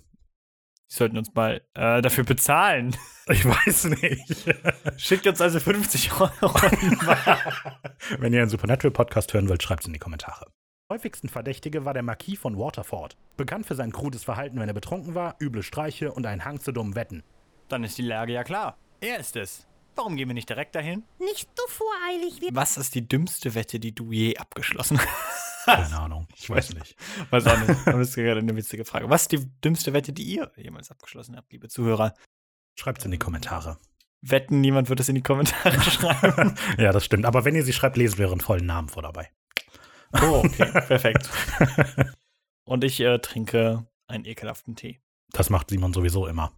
Speaker 1: sollten uns mal äh, dafür bezahlen.
Speaker 2: Ich weiß nicht.
Speaker 1: Schickt uns also 50 Euro.
Speaker 2: Wenn ihr einen Supernatural-Podcast hören wollt, schreibt es in die Kommentare. Häufigsten Verdächtige war der Marquis von Waterford. Bekannt für sein krudes Verhalten, wenn er betrunken war, üble Streiche und einen Hang zu dummen Wetten.
Speaker 1: Dann ist die Lage ja klar. Er ist es. Warum gehen wir nicht direkt dahin?
Speaker 3: Nicht so voreilig. Wir
Speaker 1: Was ist die dümmste Wette, die du je abgeschlossen hast?
Speaker 2: Keine Ahnung, ich weiß nicht.
Speaker 1: Weiß auch nicht. Aber Das ist gerade eine witzige Frage. Was ist die dümmste Wette, die ihr jemals abgeschlossen habt, liebe Zuhörer?
Speaker 2: Schreibt es in die Kommentare.
Speaker 1: Wetten, niemand wird es in die Kommentare schreiben.
Speaker 2: Ja, das stimmt. Aber wenn ihr sie schreibt, lesen wir ihren vollen Namen vor dabei.
Speaker 1: Oh, okay. Perfekt. Und ich äh, trinke einen ekelhaften Tee.
Speaker 2: Das macht Simon sowieso immer.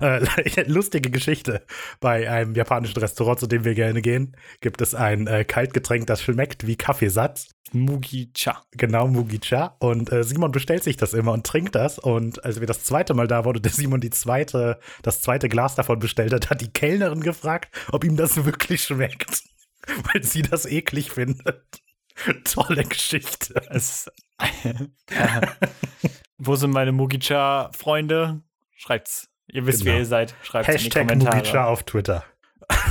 Speaker 2: Äh, lustige Geschichte. Bei einem japanischen Restaurant, zu dem wir gerne gehen, gibt es ein äh, Kaltgetränk, das schmeckt wie Kaffeesatz.
Speaker 1: Mugicha.
Speaker 2: Genau, Mugicha. Und äh, Simon bestellt sich das immer und trinkt das. Und als wir das zweite Mal da waren und der Simon die zweite, das zweite Glas davon bestellt hat, hat die Kellnerin gefragt, ob ihm das wirklich schmeckt. Weil sie das eklig findet. Tolle Geschichte.
Speaker 1: Es, Ja. Wo sind meine Mugicha-Freunde? Schreibt's. Ihr wisst,
Speaker 2: Genau.
Speaker 1: wer ihr seid. Schreibt's in
Speaker 2: Hashtag
Speaker 1: die Kommentare.
Speaker 2: Mugicha auf Twitter.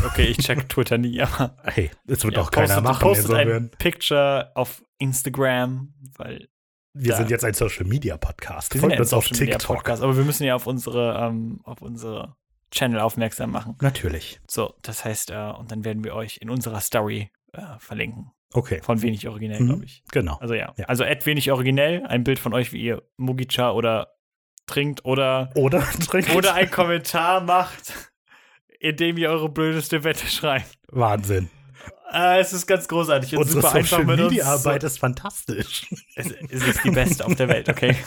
Speaker 1: Okay, ich check Twitter nie, aber
Speaker 2: Hey, das wird
Speaker 1: Ja,
Speaker 2: auch keiner
Speaker 1: postet-
Speaker 2: machen.
Speaker 1: Postet ein
Speaker 2: insofern.
Speaker 1: Picture auf Instagram, weil
Speaker 2: Wir
Speaker 1: Da-
Speaker 2: sind jetzt ein Social Media Podcast.
Speaker 1: wir sind
Speaker 2: Folgt
Speaker 1: ja ein
Speaker 2: uns auf
Speaker 1: Social Media
Speaker 2: TikTok.
Speaker 1: Podcast, aber wir müssen ja auf unsere, ähm, auf unsere Channel aufmerksam machen.
Speaker 2: Natürlich.
Speaker 1: So, das heißt, äh, und dann werden wir euch in unserer Story äh, verlinken.
Speaker 2: Okay,
Speaker 1: Von wenig originell,
Speaker 2: Mhm.
Speaker 1: glaube ich.
Speaker 2: genau.
Speaker 1: Also ja.
Speaker 2: Ja.
Speaker 1: Also add wenig originell, ein Bild von euch, wie ihr Mugicha oder trinkt oder
Speaker 2: Oder trinkt.
Speaker 1: oder einen Kommentar macht, in dem ihr eure blödeste Wette schreibt. Äh,
Speaker 2: Wahnsinn.
Speaker 6: Ah, es ist ganz großartig und
Speaker 2: Unsere
Speaker 6: super einfach
Speaker 2: Social
Speaker 6: mit uns.
Speaker 2: Media Arbeit ist fantastisch.
Speaker 6: Es, es ist die beste auf der Welt, okay?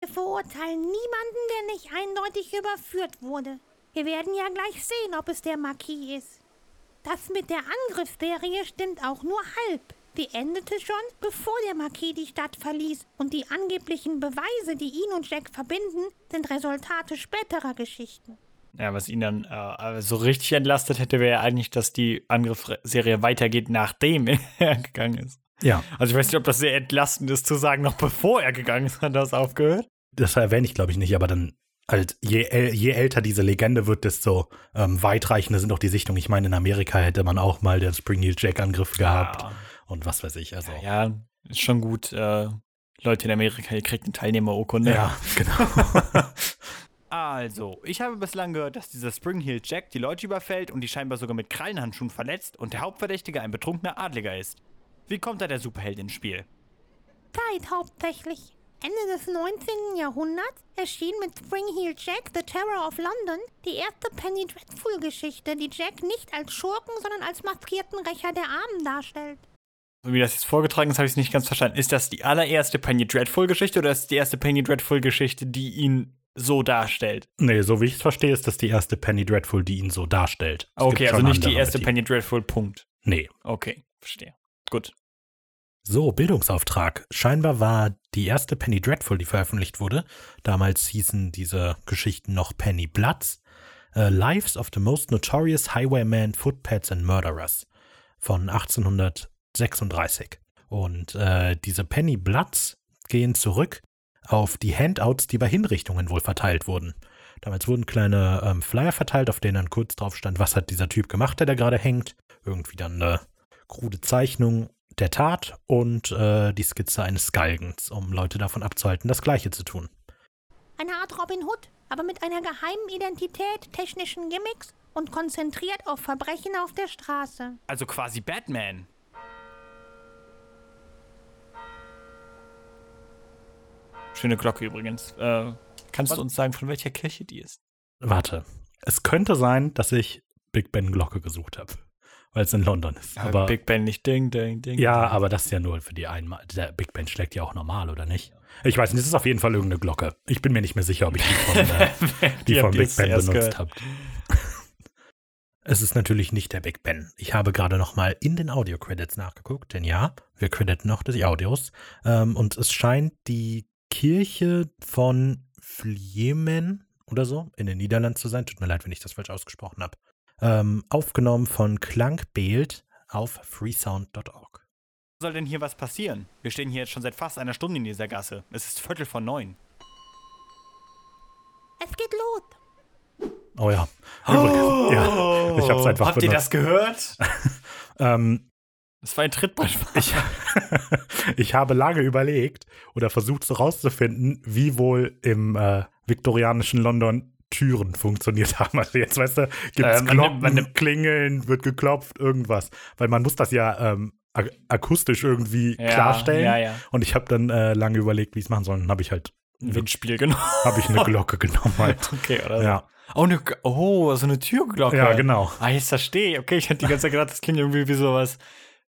Speaker 3: Wir verurteilen niemanden, der nicht eindeutig überführt wurde. Wir werden ja gleich sehen, ob es der Marquis ist. Das mit der Angriffsserie stimmt auch nur halb. Die endete schon, bevor der Marquis die Stadt verließ und die angeblichen Beweise, die ihn und Jack verbinden, sind Resultate späterer Geschichten.
Speaker 1: Ja, was ihn dann äh, aber so richtig entlastet hätte, wäre ja eigentlich, dass die Angriffsserie weitergeht, nachdem er gegangen ist.
Speaker 2: Ja.
Speaker 1: Also ich weiß nicht, ob das sehr entlastend ist zu sagen, noch bevor er gegangen ist, hat das aufgehört.
Speaker 2: Das erwähne ich, glaube ich, nicht, aber dann halt, je, äl- je älter diese Legende wird, desto ähm, weitreichender sind auch die Sichtungen. Ich meine, in Amerika hätte man auch mal den Spring Heel Jack-Angriff gehabt und was weiß ich. Also,
Speaker 1: Ja, ja, ist schon gut. Äh, Leute in Amerika, ihr kriegt eine Teilnehmerurkunde.
Speaker 2: Ja, genau.
Speaker 1: Also, ich habe bislang gehört, dass dieser Springheel Jack die Leute überfällt und die scheinbar sogar mit Krallenhandschuhen verletzt und der Hauptverdächtige ein betrunkener Adliger ist. Wie kommt da der Superheld ins Spiel?
Speaker 3: Zeit hauptsächlich. Ende des 19. Jahrhunderts erschien mit Spring Heel Jack The Terror of London die erste Penny Dreadful Geschichte, die Jack nicht als Schurken, sondern als maskierten Rächer der Armen darstellt.
Speaker 1: So wie das jetzt vorgetragen ist, habe ich es nicht ganz verstanden. Ist das die allererste Penny Dreadful-Geschichte oder ist es die erste Penny Dreadful-Geschichte, die ihn so darstellt?
Speaker 2: nee, so wie ich es verstehe, ist das die erste Penny Dreadful, die ihn so darstellt. Es
Speaker 1: okay,
Speaker 2: gibt
Speaker 1: also
Speaker 2: schon
Speaker 1: nicht die
Speaker 2: andere,
Speaker 1: erste Penny Dreadful, Punkt.
Speaker 2: Nee.
Speaker 1: Okay, verstehe. Gut.
Speaker 2: So, Bildungsauftrag. Scheinbar war die erste Penny Dreadful, die veröffentlicht wurde. Damals hießen diese Geschichten noch Penny Bloods. äh, Lives of the Most Notorious Highwaymen, Footpads and Murderers von 1836. Und äh, diese Penny Bloods gehen zurück auf die Handouts, die bei Hinrichtungen wohl verteilt wurden. Damals wurden kleine ähm, Flyer verteilt, auf denen dann kurz drauf stand, was hat dieser Typ gemacht, der da gerade hängt. Irgendwie dann äh, eine krude Zeichnung der Tat und äh, die Skizze eines Galgens, um Leute davon abzuhalten, das Gleiche zu tun.
Speaker 3: Eine Art Robin Hood, aber mit einer geheimen Identität, technischen Gimmicks und konzentriert auf Verbrechen auf der Straße.
Speaker 1: Also quasi Batman. Schöne Glocke übrigens. Äh, kannst du uns sagen, von welcher Kirche die ist?
Speaker 2: Warte. Es könnte sein, dass ich Big Ben Glocke gesucht habe, weil es in London ist. Aber,
Speaker 1: Äh, Big Ben nicht ding, ding, ding.
Speaker 2: ja,
Speaker 1: ding.
Speaker 2: aber das ist ja nur für die einmal. Der Big Ben schlägt ja auch normal, oder nicht? Ich weiß nicht, es ist auf jeden Fall irgendeine Glocke. Ich bin mir nicht mehr sicher, ob ich die von, äh, die
Speaker 1: Ihr
Speaker 2: von
Speaker 1: habt
Speaker 2: Big
Speaker 1: es
Speaker 2: Ben
Speaker 1: zuerst
Speaker 2: benutzt
Speaker 1: gehört.
Speaker 2: habe. Es ist natürlich nicht der Big Ben. Ich habe gerade nochmal in den Audio-Credits nachgeguckt, denn ja, wir crediten noch die Audios. Ähm, und es scheint die Kirche von Fliemen oder so in den Niederlanden zu sein. Tut mir leid, wenn ich das falsch ausgesprochen habe. Ähm, aufgenommen von Klangbeeld auf freesound.org.
Speaker 1: soll denn hier was passieren? Wir stehen hier jetzt schon seit fast einer Stunde in dieser Gasse. Es ist Viertel vor neun.
Speaker 3: Es geht los.
Speaker 2: Oh ja.
Speaker 1: Oh.
Speaker 2: Übrigens, ja ich habe es einfach
Speaker 1: Habt ihr das gehört?
Speaker 2: Ähm,
Speaker 1: Das war ein Trittballspann.
Speaker 2: Ich, ich habe lange überlegt oder versucht herauszufinden, wie wohl im äh, viktorianischen London Türen funktioniert haben. Also jetzt, weißt du, gibt es
Speaker 1: Äh, man nimmt-
Speaker 2: Glocken,
Speaker 1: man nimmt-
Speaker 2: Klingeln, wird geklopft, irgendwas. Weil man muss das ja ähm, ak akustisch irgendwie klarstellen.
Speaker 1: Ja, ja.
Speaker 2: Und ich habe dann äh, lange überlegt, wie ich es machen soll. Dann habe ich halt
Speaker 1: Ein Windspiel, genau.
Speaker 2: hab ich eine Glocke genommen. Halt.
Speaker 1: Okay, oder so.
Speaker 2: Ja,
Speaker 1: Oh, eine, G- oh, so eine Türglocke.
Speaker 2: ja, genau.
Speaker 1: Ah, jetzt verstehe ich. Okay, ich hatte die ganze Zeit gedacht, das klingt irgendwie wie sowas,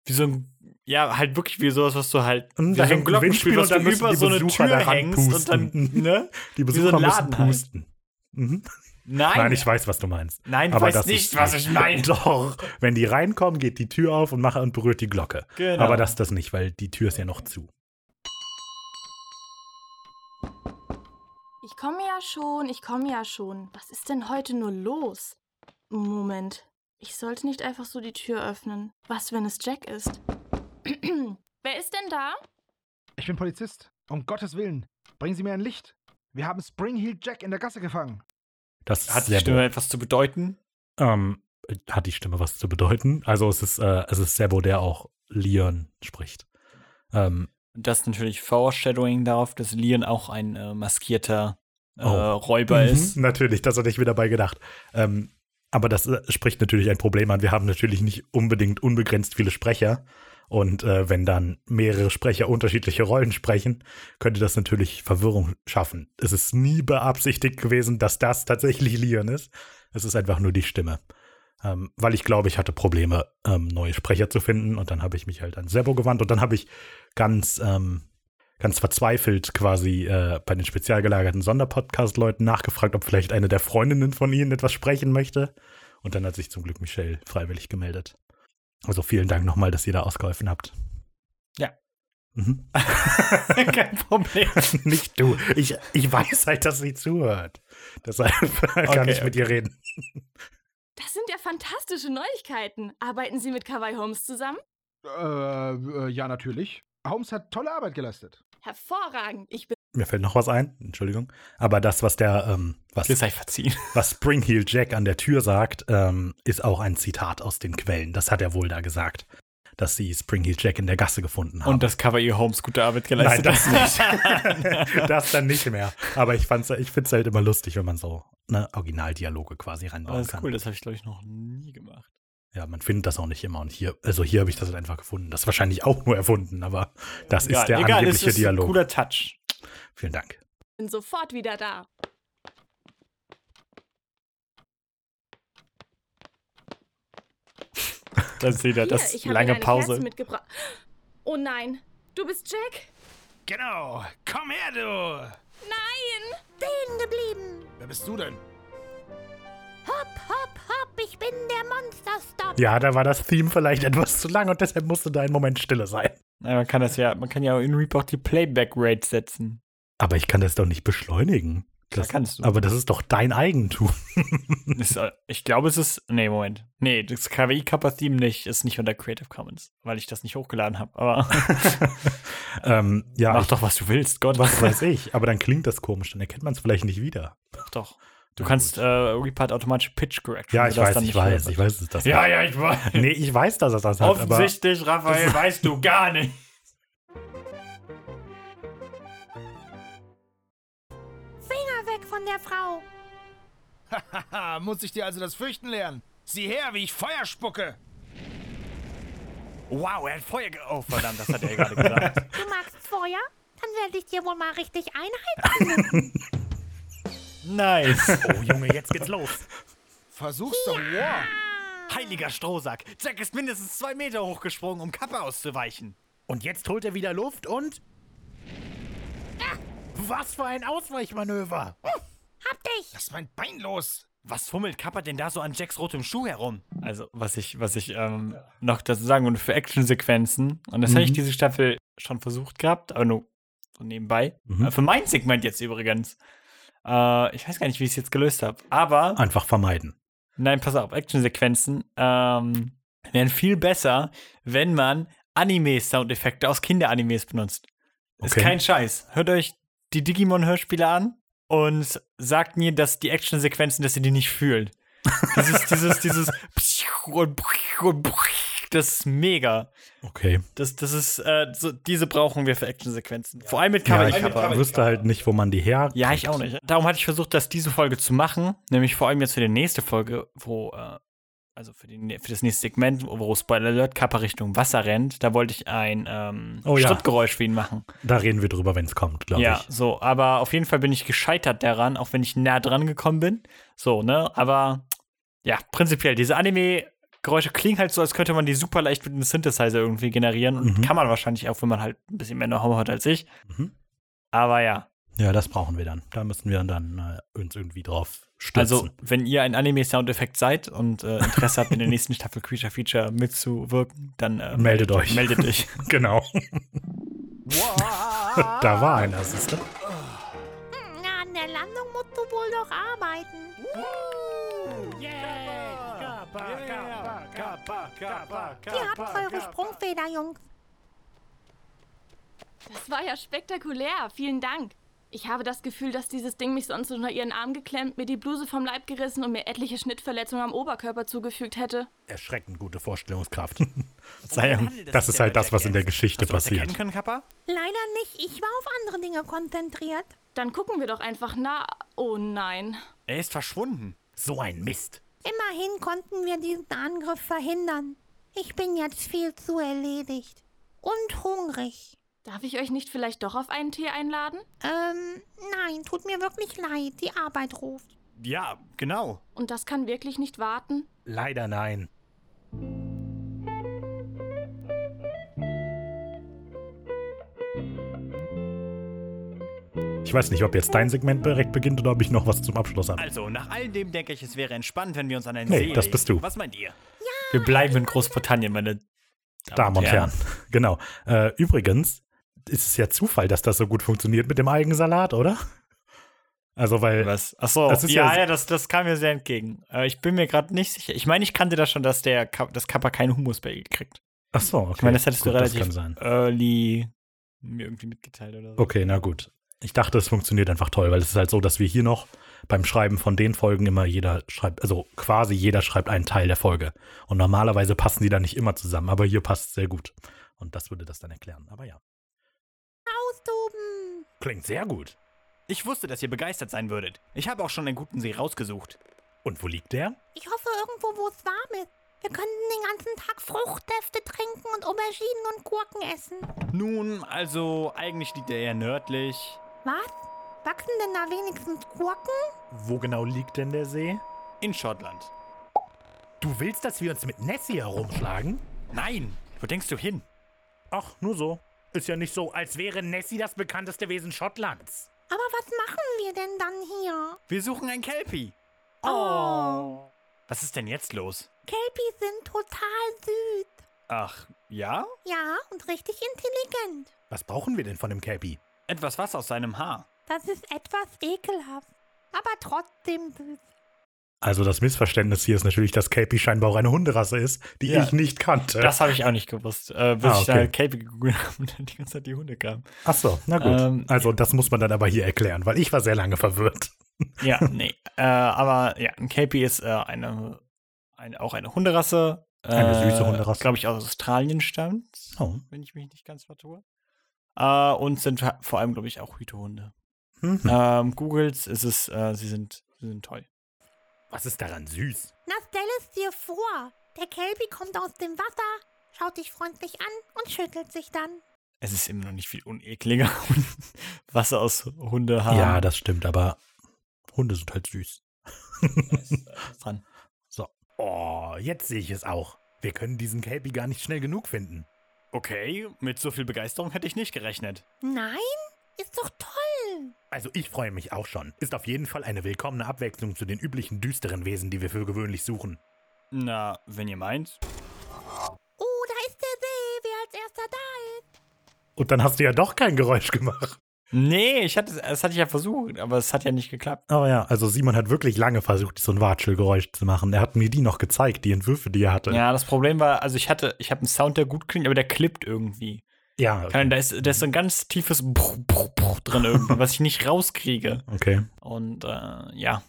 Speaker 1: wie so ein, ja, halt wirklich wie sowas, was du halt,
Speaker 2: Und
Speaker 1: wie
Speaker 2: Hm, da
Speaker 1: so
Speaker 2: hängt ein Windspiel
Speaker 1: was
Speaker 2: und
Speaker 1: du
Speaker 2: dann müssen
Speaker 1: über
Speaker 2: die
Speaker 1: so eine
Speaker 2: Besucher
Speaker 1: Tür
Speaker 2: daran
Speaker 1: hängst und dann,
Speaker 2: pusten.
Speaker 1: ne?
Speaker 2: Die
Speaker 1: so ein
Speaker 2: Besucher müssen
Speaker 1: Laden halt.
Speaker 2: pusten. Mhm.
Speaker 1: Nein,
Speaker 2: Nein, ich weiß, was du meinst.
Speaker 1: Nein, du
Speaker 2: Aber
Speaker 1: weißt
Speaker 2: das
Speaker 1: nicht,
Speaker 2: ist
Speaker 1: was ich meine.
Speaker 2: Doch, wenn die reinkommen, geht die Tür auf und macht und berührt die Glocke.
Speaker 1: Genau.
Speaker 2: Aber das ist das nicht, weil die Tür ist ja noch zu.
Speaker 4: Ich komme ja schon, ich komme ja schon. Was ist denn heute nur los? Moment. Ich sollte nicht einfach so die Tür öffnen. Was, wenn es Jack ist? Wer ist denn da?
Speaker 7: Ich bin Polizist. Um Gottes Willen, bringen Sie mir ein Licht. Wir haben Springheel Jack in der Gasse gefangen.
Speaker 2: Das ist
Speaker 1: hat die
Speaker 2: sehr
Speaker 1: Stimme etwas zu bedeuten?
Speaker 2: Ähm, hat die Stimme was zu bedeuten? Also es ist, äh, es ist Sebo, der auch Leon spricht. Ähm,
Speaker 1: Und das ist natürlich Foreshadowing darauf, dass Leon auch ein äh, maskierter äh,
Speaker 2: Oh.
Speaker 1: Räuber ist.
Speaker 2: mhm, natürlich, das hatte ich mir dabei gedacht. Ähm, aber das äh, spricht natürlich ein Problem an. Wir haben natürlich nicht unbedingt unbegrenzt viele Sprecher. Und äh, wenn dann mehrere Sprecher unterschiedliche Rollen sprechen, könnte das natürlich Verwirrung schaffen. Es ist nie beabsichtigt gewesen, dass das tatsächlich Leon ist. Es ist einfach nur die Stimme. Ähm, weil ich glaube, ich hatte Probleme, ähm, neue Sprecher zu finden. Und dann habe ich mich halt an Sebo gewandt. Und dann habe ich ganz, ähm, ganz verzweifelt quasi äh, bei den spezial gelagerten Sonderpodcast-Leuten nachgefragt, ob vielleicht eine der Freundinnen von ihnen etwas sprechen möchte. Und dann hat sich zum Glück Michelle freiwillig gemeldet. Also vielen Dank nochmal, dass ihr da ausgeholfen habt.
Speaker 1: Ja.
Speaker 2: Mhm.
Speaker 1: Kein Problem.
Speaker 2: Nicht du. Ich, ich weiß halt, dass sie zuhört. Deshalb kann
Speaker 1: Okay,
Speaker 2: ich mit ihr reden.
Speaker 4: Das sind ja fantastische Neuigkeiten. Arbeiten Sie mit Kawaii Holmes zusammen?
Speaker 7: Äh, äh, ja, natürlich. Holmes hat tolle Arbeit geleistet.
Speaker 4: Hervorragend. Ich bin
Speaker 2: Mir fällt noch was ein, Entschuldigung. Aber das, was der, ähm, was,
Speaker 1: Das sei verziehen.
Speaker 2: was Springheel Jack an der Tür sagt, ähm, ist auch ein Zitat aus den Quellen. Das hat er wohl da gesagt, dass sie Springheel Jack in der Gasse gefunden haben.
Speaker 1: Und das Cover ihr Holmes gute Arbeit
Speaker 2: Nein,
Speaker 1: geleistet
Speaker 2: das
Speaker 1: hat.
Speaker 2: nicht. das dann nicht mehr. Aber ich, fand's- ich finde es halt immer lustig, wenn man so ne, Originaldialoge quasi
Speaker 1: Aber
Speaker 2: reinbauen
Speaker 1: Das ist
Speaker 2: kann.
Speaker 1: cool, das habe ich, glaube ich, noch nie gemacht.
Speaker 2: Ja, man findet das auch nicht immer. Und hier, also hier habe ich das halt einfach gefunden. Das ist wahrscheinlich auch nur erfunden, aber das ist der
Speaker 1: es
Speaker 2: angebliche
Speaker 1: ist
Speaker 2: Dialog.
Speaker 1: Ein cooler Touch.
Speaker 2: Vielen Dank.
Speaker 4: sofort wieder da.
Speaker 1: Dann seht ihr
Speaker 4: Hier, ich habe deine Kerzen mitgebracht. Oh nein, du bist Jack?
Speaker 7: Genau. Komm her, du.
Speaker 4: Nein!
Speaker 3: Stehen geblieben.
Speaker 7: Wer bist du denn?
Speaker 3: Hopp, hopp, hopp, ich bin der Monsterstop.
Speaker 2: Ja, da war das Theme vielleicht etwas zu lang und deshalb musste da ein Moment Stille sein.
Speaker 1: Nein, man kann das ja, man kann ja auch in Reaper auch die Playback-Rate setzen.
Speaker 2: Aber ich kann das doch nicht beschleunigen.
Speaker 1: Klar
Speaker 2: Das,
Speaker 1: kannst du.
Speaker 2: aber das ist doch dein Eigentum.
Speaker 1: Ist, äh, ich glaube, es ist. Nee, Moment. Nee, das kwi kappa theme nicht, ist nicht unter Creative Commons, weil ich das nicht hochgeladen habe. Aber
Speaker 2: ähm, ja,
Speaker 1: mach
Speaker 2: ich,
Speaker 1: doch, was du willst. Gott,
Speaker 2: was weiß ich. Aber dann klingt das komisch, dann erkennt man es vielleicht nicht wieder.
Speaker 1: Mach doch. Du
Speaker 2: Na
Speaker 1: kannst
Speaker 2: gut.
Speaker 1: äh, Reaper hat automatisch Pitch Correction.
Speaker 2: Ja,
Speaker 1: wenn
Speaker 2: ich
Speaker 1: du das
Speaker 2: weiß,
Speaker 1: dann
Speaker 2: ich
Speaker 1: nicht
Speaker 2: weiß,
Speaker 1: hörst.
Speaker 2: ich weiß, dass das
Speaker 6: Ja, ja, ich weiß.
Speaker 2: Nee, ich weiß, dass das das hat, aber
Speaker 6: Offensichtlich, Raphael, weißt du gar nicht.
Speaker 3: Finger weg von der Frau.
Speaker 7: Haha, muss ich dir also das Fürchten lernen? Sieh her, wie ich Feuer spucke.
Speaker 1: Wow, er hat Feuer. Ge oh, verdammt, das hat er ja gerade gesagt.
Speaker 3: Du magst Feuer? Dann werde ich dir wohl mal richtig einhalten.
Speaker 1: Nice.
Speaker 5: Oh Junge, jetzt geht's los.
Speaker 7: Versuch's doch. Wow.
Speaker 6: Heiliger Strohsack. Jack ist mindestens zwei Meter hochgesprungen, um Kappe auszuweichen.
Speaker 5: Und jetzt holt er wieder Luft und. Was für ein Ausweichmanöver!
Speaker 3: Hab dich.
Speaker 7: Lass mein Bein los.
Speaker 6: Was fummelt Kappa denn da so an Jacks rotem Schuh herum?
Speaker 1: Also, was ich, was ich ähm, noch dazu sagen würde für Actionsequenzen, und das hätte ich diese Staffel schon versucht gehabt, aber nur so nebenbei.
Speaker 2: Mhm.
Speaker 1: Äh, für mein Segment jetzt übrigens. Äh, ich weiß gar nicht, wie ich es jetzt gelöst habe. Aber
Speaker 2: einfach vermeiden.
Speaker 1: Nein, pass auf, Actionsequenzen ähm, wären viel besser, wenn man Anime-Soundeffekte aus Kinderanimes benutzt. Ist
Speaker 2: Okay.
Speaker 1: kein Scheiß. Hört euch die Digimon-Hörspiele an und sagt mir, dass die Actionsequenzen, dass ihr die nicht fühlt. Dieses, dieses, dieses und und das ist mega.
Speaker 2: Okay.
Speaker 1: Das, das ist, äh, so, diese brauchen wir für Actionsequenzen. Vor allem mit
Speaker 2: Ja,
Speaker 1: Kawaii
Speaker 2: ich
Speaker 1: Kappa.
Speaker 2: wüsste halt nicht, wo man die her.
Speaker 1: Ja, ich auch nicht. Darum hatte ich versucht, das diese Folge zu machen, nämlich vor allem jetzt für die nächste Folge, wo, äh, also für, die, für das nächste Segment, wo Spoiler Alert Kappa Richtung Wasser rennt, da wollte ich ein ähm,
Speaker 2: Oh ja.
Speaker 1: Schrittgeräusch für ihn machen.
Speaker 2: Da reden wir drüber, wenn es kommt, glaube
Speaker 1: Ja,
Speaker 2: ich.
Speaker 1: so, aber auf jeden Fall bin ich gescheitert daran, auch wenn ich nah dran gekommen bin. So, ne, aber ja, prinzipiell, diese Anime-Geräusche klingen halt so, als könnte man die super leicht mit einem Synthesizer irgendwie generieren und
Speaker 2: Mhm.
Speaker 1: kann man wahrscheinlich auch, wenn man halt ein bisschen mehr Know-how hat als ich.
Speaker 2: Mhm.
Speaker 1: Aber ja,
Speaker 2: Ja, das brauchen wir dann. Da müssen wir dann äh, uns irgendwie drauf stützen.
Speaker 1: Also, wenn ihr ein Anime-Soundeffekt seid und äh, Interesse habt, in der nächsten Staffel Creature Feature mitzuwirken, dann äh,
Speaker 2: Meldet euch.
Speaker 1: Meldet euch.
Speaker 2: genau. da war einer, siehst du?
Speaker 3: Hm, Na, an der Landung musst du wohl doch arbeiten. Ihr habt eure Sprungfeder, Jungs.
Speaker 4: Das war ja spektakulär. Vielen Dank. Ich habe das Gefühl, dass dieses Ding mich sonst unter ihren Arm geklemmt, mir die Bluse vom Leib gerissen und mir etliche Schnittverletzungen am Oberkörper zugefügt hätte.
Speaker 2: Erschreckend gute Vorstellungskraft.
Speaker 1: Sei ähm,
Speaker 2: das ist halt das, was in der Geschichte passiert.
Speaker 6: Erkennen können, Kappa?
Speaker 3: Leider nicht. Ich war auf andere Dinge konzentriert.
Speaker 4: Dann gucken wir doch einfach na. Oh nein.
Speaker 6: Er ist verschwunden.
Speaker 5: So ein Mist.
Speaker 3: Immerhin konnten wir diesen Angriff verhindern. Ich bin jetzt viel zu erledigt. Und hungrig.
Speaker 4: Darf ich euch nicht vielleicht doch auf einen Tee einladen?
Speaker 3: Ähm, nein, tut mir wirklich leid. Die Arbeit ruft.
Speaker 1: Ja, genau.
Speaker 4: Und das kann wirklich nicht warten?
Speaker 2: Leider nein. Ich weiß nicht, ob jetzt dein Segment direkt beginnt oder ob ich noch was zum Abschluss habe.
Speaker 6: Also, nach all dem denke ich, es wäre entspannt, wenn wir uns an einen
Speaker 2: Nee,
Speaker 6: See
Speaker 2: das bist du.
Speaker 6: Was meint ihr?
Speaker 1: Wir bleiben in Großbritannien, meine
Speaker 2: Damen und Herren. Genau. Äh, übrigens ist es ja Zufall, dass das so gut funktioniert mit dem Algensalat, oder? Also, weil.
Speaker 1: Was? Ach so.
Speaker 2: Das ist
Speaker 1: ja,
Speaker 2: ja-
Speaker 1: ja, das, das kam mir sehr entgegen. Äh, ich bin mir gerade nicht sicher. Ich meine, ich kannte das schon, dass der Ka das Kappa keinen Humusbagel kriegt.
Speaker 2: Ach so, okay.
Speaker 1: Ich meine, das hättest
Speaker 2: gut,
Speaker 1: du
Speaker 2: Das kann
Speaker 1: relativ
Speaker 2: sein.
Speaker 1: early mir irgendwie mitgeteilt oder so.
Speaker 2: Okay, na gut. Ich dachte, es funktioniert einfach toll, weil es ist halt so, dass wir hier noch beim Schreiben von den Folgen immer jeder schreibt, also quasi jeder schreibt einen Teil der Folge. Und normalerweise passen die dann nicht immer zusammen, aber hier passt es sehr gut. Und das würde das dann erklären. Aber ja.
Speaker 3: Austoben.
Speaker 2: Klingt sehr gut.
Speaker 6: Ich wusste, dass ihr begeistert sein würdet. Ich habe auch schon einen guten See rausgesucht.
Speaker 2: Und wo liegt der?
Speaker 3: Ich hoffe irgendwo, wo es warm ist. Wir könnten den ganzen Tag Fruchtsäfte trinken und Auberginen und Gurken essen.
Speaker 6: Nun, also, eigentlich liegt er eher nördlich.
Speaker 3: Was? Wachsen denn da wenigstens Gurken?
Speaker 2: Wo genau liegt denn der See?
Speaker 6: In Schottland.
Speaker 5: Du willst, dass wir uns mit Nessie herumschlagen?
Speaker 6: Nein! Wo denkst du hin?
Speaker 5: Ach, nur so. Ist ja nicht so, als wäre Nessie das bekannteste Wesen Schottlands.
Speaker 3: Aber was machen wir denn dann hier?
Speaker 6: Wir suchen ein Kelpie.
Speaker 3: Oh.
Speaker 6: Was ist denn jetzt los?
Speaker 3: Kelpies sind total süß.
Speaker 6: Ach, ja?
Speaker 3: Ja, und richtig intelligent.
Speaker 5: Was brauchen wir denn von dem Cappy?
Speaker 6: Etwas was aus seinem Haar.
Speaker 3: Das ist etwas ekelhaft, aber trotzdem süß.
Speaker 2: Also das Missverständnis hier ist natürlich, dass Kelpie scheinbar auch eine Hunderasse ist, die
Speaker 1: Ja.
Speaker 2: ich nicht kannte.
Speaker 1: Das habe ich auch nicht gewusst, äh, bis
Speaker 2: Äh. Ah,
Speaker 1: ich da
Speaker 2: okay.
Speaker 1: Kelpie gegoogelt habe und dann die ganze Zeit die Hunde kamen.
Speaker 2: Ach so, na gut.
Speaker 1: Ähm,
Speaker 2: also das muss man dann aber hier erklären, weil ich war sehr lange verwirrt.
Speaker 1: Ja, nee. äh, aber ja, ein Kelpie ist äh, eine, eine, auch eine Hunderasse. Äh,
Speaker 2: Eine süße Hunderasse.
Speaker 1: Glaube ich, aus Australien stammt,
Speaker 2: Oh.
Speaker 1: wenn ich mich nicht ganz vertue. Äh, und sind ha- vor allem, glaube ich, auch Hütehunde.
Speaker 2: Mhm.
Speaker 1: Ähm, Googles ist es, äh, sie sind, sie sind toll.
Speaker 5: Was ist daran süß?
Speaker 3: Na, stell es dir vor. Der Kelpie kommt aus dem Wasser, schaut dich freundlich an und schüttelt sich dann.
Speaker 1: Es ist immer noch nicht viel unekliger und Wasser aus Hundehaar.
Speaker 5: Ah.
Speaker 2: Ja, das stimmt, aber Hunde sind halt süß.
Speaker 1: ist dran.
Speaker 5: Oh, jetzt sehe ich es auch. Wir können diesen Cappy gar nicht schnell genug finden.
Speaker 6: Okay, mit so viel Begeisterung hätte ich nicht gerechnet.
Speaker 3: Nein? Ist doch toll.
Speaker 5: Also ich freue mich auch schon. Ist auf jeden Fall eine willkommene Abwechslung zu den üblichen düsteren Wesen, die wir für gewöhnlich suchen.
Speaker 6: Na, wenn ihr meint.
Speaker 3: Oh, da ist der See, wer als erster da ist.
Speaker 2: Und dann hast du ja doch kein Geräusch gemacht.
Speaker 1: Nee, ich hatte, das hatte ich ja versucht, aber es hat ja nicht geklappt.
Speaker 2: Oh ja, also Simon hat wirklich lange versucht, so ein Watschelgeräusch zu machen. Er hat mir die noch gezeigt, die Entwürfe, die er hatte.
Speaker 1: Ja, das Problem war, also ich hatte, ich habe einen Sound, der gut klingt, aber der klippt irgendwie.
Speaker 2: ja okay.
Speaker 1: Keine- Da ist, da ist so ein ganz tiefes Bruch, Bruch, Bruch drin irgendwie, was ich nicht rauskriege.
Speaker 2: okay.
Speaker 1: Und äh, ja,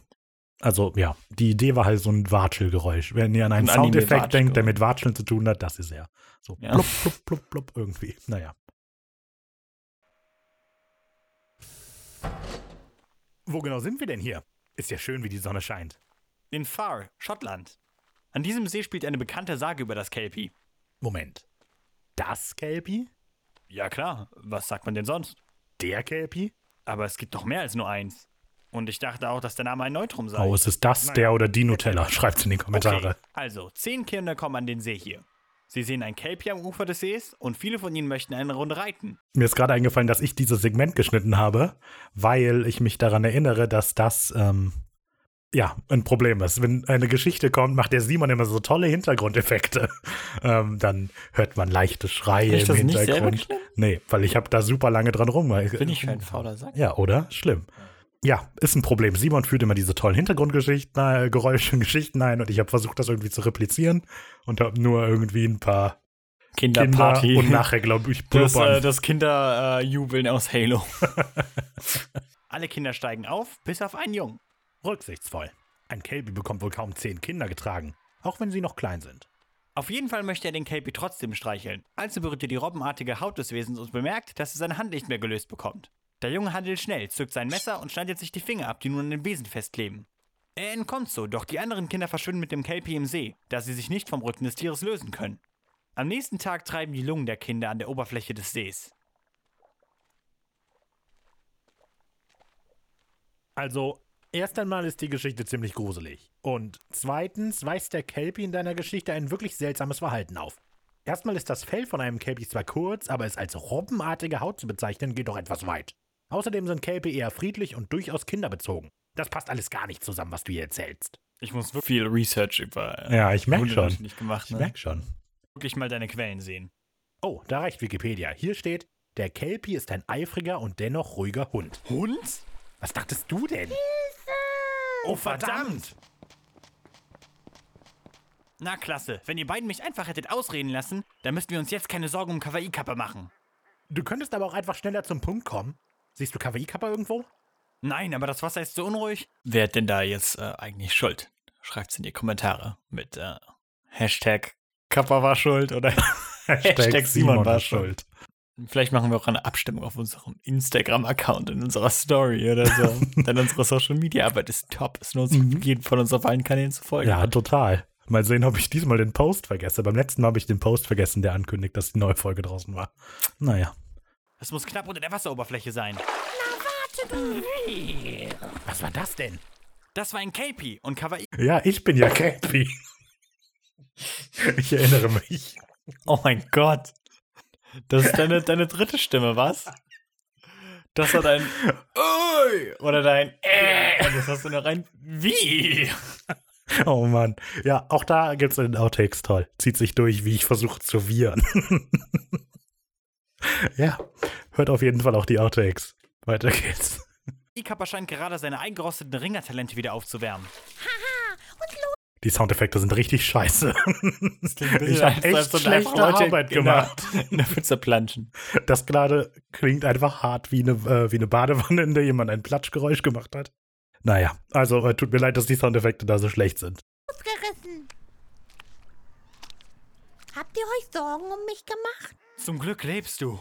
Speaker 2: Also ja, die Idee war halt so ein Watschelgeräusch. Wenn ihr an einen
Speaker 1: Ein Anime
Speaker 2: Soundeffekt denkt,
Speaker 1: Watschel.
Speaker 2: der mit Watscheln zu tun hat, das ist er. So
Speaker 1: Ja.
Speaker 2: blub, blub, blub, blub irgendwie. Naja.
Speaker 5: Wo genau sind wir denn hier? Ist ja schön, wie die Sonne scheint.
Speaker 6: In Far, Schottland. An diesem See spielt eine bekannte Sage über das Kelpie.
Speaker 5: Moment. Das Cappy?
Speaker 6: Ja klar, was sagt man denn sonst?
Speaker 5: Der Cappy?
Speaker 6: Aber es gibt doch mehr als nur eins. Und ich dachte auch, dass der Name ein Neutrum sei.
Speaker 2: Oh, ist es das, der oder die Nutella? Schreibt's in die Kommentare.
Speaker 6: Okay, also, zehn Kinder kommen an den See hier. Sie sehen ein Kelpie am Ufer des Sees und viele von ihnen möchten eine Runde reiten.
Speaker 2: Mir ist gerade eingefallen, dass ich dieses Segment geschnitten habe, weil ich mich daran erinnere, dass das ähm, ja ein Problem ist. Wenn eine Geschichte kommt, macht der Simon immer so tolle Hintergrundeffekte. ähm, dann hört man leichte Schreie
Speaker 1: Hab ich
Speaker 2: im
Speaker 1: das nicht selber
Speaker 2: Hintergrund.
Speaker 1: geschnitten?
Speaker 2: nee, weil ich habe da super lange dran rum.
Speaker 1: bin ich ein fauler Sack.
Speaker 2: Ja, oder? Schlimm. Ja, ist ein Problem. Simon führt immer diese tollen Hintergrundgeschichten, äh, Geräusche und Geschichten ein und ich habe versucht, das irgendwie zu replizieren und habe nur irgendwie ein paar Kinder
Speaker 1: Kinderparty.
Speaker 2: und nachher, glaube ich,
Speaker 1: das,
Speaker 2: blubbern.
Speaker 1: äh, das Kinderjubeln aus Halo.
Speaker 6: Alle Kinder steigen auf, bis auf einen Jungen.
Speaker 5: Rücksichtsvoll. Ein Cappy bekommt wohl kaum zehn Kinder getragen, auch wenn sie noch klein sind.
Speaker 6: Auf jeden Fall möchte er den Kelpie trotzdem streicheln. Also berührt er die robbenartige Haut des Wesens und bemerkt, dass er seine Hand nicht mehr gelöst bekommt. Der Junge handelt schnell, zückt sein Messer und schneidet sich die Finger ab, die nun an dem Wesen festkleben. Er entkommt so, doch die anderen Kinder verschwinden mit dem Kelpie im See, da sie sich nicht vom Rücken des Tieres lösen können. Am nächsten Tag treiben die Lungen der Kinder an der Oberfläche des Sees.
Speaker 5: Also,
Speaker 8: Erst einmal ist die Geschichte ziemlich gruselig. Und zweitens weist der Kelpie in deiner Geschichte ein wirklich seltsames Verhalten auf. Erstmal ist das Fell von einem Kelpie zwar kurz, aber es als robbenartige Haut zu bezeichnen, geht doch etwas weit. Außerdem sind Kelpie eher friedlich und durchaus kinderbezogen. Das passt alles gar nicht zusammen, was du hier erzählst.
Speaker 1: Ich muss wirklich viel Research über
Speaker 2: Ja, ich merke
Speaker 1: Hunde
Speaker 2: schon.
Speaker 1: natürlich nicht gemacht.
Speaker 2: Ich
Speaker 1: Ne?
Speaker 2: merke schon.
Speaker 1: Wirklich mal deine Quellen sehen.
Speaker 8: Oh, da reicht Wikipedia. Hier steht, der Kelpie ist ein eifriger und dennoch ruhiger Hund.
Speaker 1: Hund?
Speaker 8: Was dachtest du denn? Oh, verdammt!
Speaker 1: Na klasse, wenn ihr beiden mich einfach hättet ausreden lassen, dann müssten wir uns jetzt keine Sorgen um Kawaii-Kappe machen.
Speaker 8: Du könntest aber auch einfach schneller zum Punkt kommen. Siehst du Kawaii-Kappa irgendwo?
Speaker 1: Nein, aber das Wasser ist so unruhig. Wer hat denn da jetzt äh, eigentlich schuld? Schreibt's in die Kommentare mit äh, Hashtag Kappa war schuld oder Hashtag Simon war schuld. Vielleicht machen wir auch eine Abstimmung auf unserem Instagram-Account in unserer Story oder so. Denn unsere Social-Media-Arbeit ist top. Es lohnt sich, jeden von uns auf allen Kanälen zu folgen.
Speaker 2: Ja, total. Mal sehen, ob ich diesmal den Post vergesse. Beim letzten Mal habe ich den Post vergessen, der ankündigt, dass die neue Folge draußen war. Naja.
Speaker 1: Es muss knapp unter der Wasseroberfläche sein.
Speaker 8: Was war das denn?
Speaker 1: Das war ein Kelpie und E. Kawaii.
Speaker 2: Ja, ich bin ja Cappy. Ich erinnere mich.
Speaker 1: Oh mein Gott. Das ist deine, deine dritte Stimme, was? Das war dein Ui! oder dein Äh. Und jetzt hast du noch ein Wie.
Speaker 2: Oh Mann. Ja, auch da gibt es einen Outtakes, toll. Zieht sich durch, wie ich versuche zu wiehern. ja, hört auf jeden Fall auch die Outtakes. Weiter geht's.
Speaker 1: Ikapa scheint gerade seine eingerosteten Ringertalente wieder aufzuwärmen.
Speaker 2: Die Soundeffekte sind richtig scheiße.
Speaker 1: Ich
Speaker 2: hab echt schlechte Arbeit
Speaker 8: Genau.
Speaker 2: gemacht.
Speaker 1: In der Pfütze planschen.
Speaker 2: Das gerade klingt einfach hart wie eine, äh, wie eine Badewanne, in der jemand ein Platschgeräusch gemacht hat. Naja, also äh, tut mir leid, dass die Soundeffekte da so schlecht sind.
Speaker 3: Ausgerissen. Habt ihr euch Sorgen um mich gemacht?
Speaker 1: Zum Glück lebst du.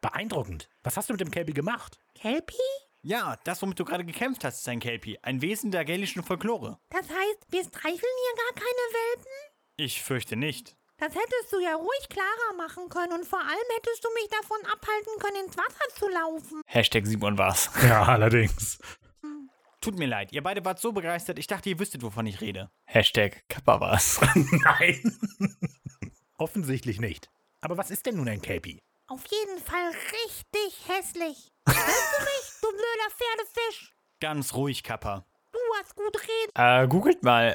Speaker 8: Beeindruckend. Was hast du mit dem Kelpie gemacht?
Speaker 3: Kelpie?
Speaker 1: Ja, das, womit du gerade gekämpft hast, ist ein Kelpie. Ein Wesen der gälischen Folklore.
Speaker 3: Das heißt, wir streicheln hier gar keine Welpen?
Speaker 1: Ich fürchte nicht.
Speaker 3: Das hättest du ja ruhig klarer machen können und vor allem hättest du mich davon abhalten können, ins Wasser zu laufen.
Speaker 1: Hashtag Simon war's.
Speaker 2: Ja, allerdings.
Speaker 1: Tut mir leid, ihr beide wart so begeistert, ich dachte, ihr wüsstet, wovon ich rede. Hashtag Kappa war's.
Speaker 8: Nein. Offensichtlich nicht. Aber was ist denn nun ein Kelpie?
Speaker 3: Auf jeden Fall richtig hässlich. Hörst du mich, du blöder Pferdefisch?
Speaker 1: Ganz ruhig, Kappa.
Speaker 3: Du hast gut reden.
Speaker 1: Äh, googelt mal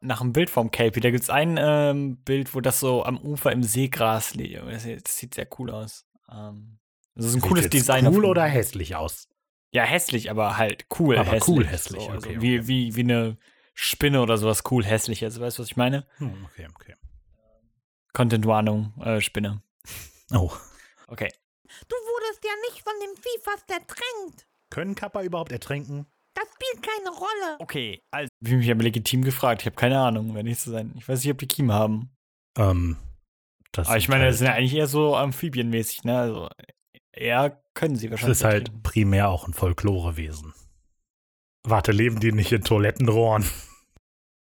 Speaker 1: äh, nach einem Bild vom Kelpie. Da gibt's ein ähm, Bild, wo das so am Ufer im Seegras liegt. Das, sieht- das sieht sehr cool aus. Ähm, das ist ein
Speaker 8: Sieht
Speaker 1: cooles
Speaker 8: jetzt
Speaker 1: Design.
Speaker 8: Cool
Speaker 1: auf-
Speaker 8: oder hässlich aus?
Speaker 1: Ja, hässlich, aber halt cool
Speaker 2: Aber
Speaker 1: hässlich.
Speaker 2: cool hässlich,
Speaker 1: So, also
Speaker 2: okay,
Speaker 1: wie, wie, wie eine Spinne oder sowas cool hässlich. Also, weißt du, was ich meine?
Speaker 2: Hm, okay, okay.
Speaker 1: Content-Warnung, äh, Spinne.
Speaker 2: Oh.
Speaker 1: Okay.
Speaker 3: Du wurdest ja nicht von dem Vieh fast ertränkt.
Speaker 8: Können Kappa überhaupt ertrinken?
Speaker 3: Das spielt keine Rolle.
Speaker 1: Okay, also. Ich mich aber legitim gefragt. Ich habe keine Ahnung, um ehrlich zu sein. Ich weiß nicht, ob die Kiemen haben.
Speaker 2: Ähm, das
Speaker 8: Ah,
Speaker 1: Aber ich
Speaker 2: sind
Speaker 1: meine,
Speaker 2: halt,
Speaker 1: das sind ja eigentlich eher so amphibienmäßig, ne? Also, eher können sie
Speaker 2: das
Speaker 1: wahrscheinlich.
Speaker 2: ist halt
Speaker 1: ertrinken.
Speaker 2: primär auch ein Folklorewesen. Warte, leben die nicht in Toilettenrohren?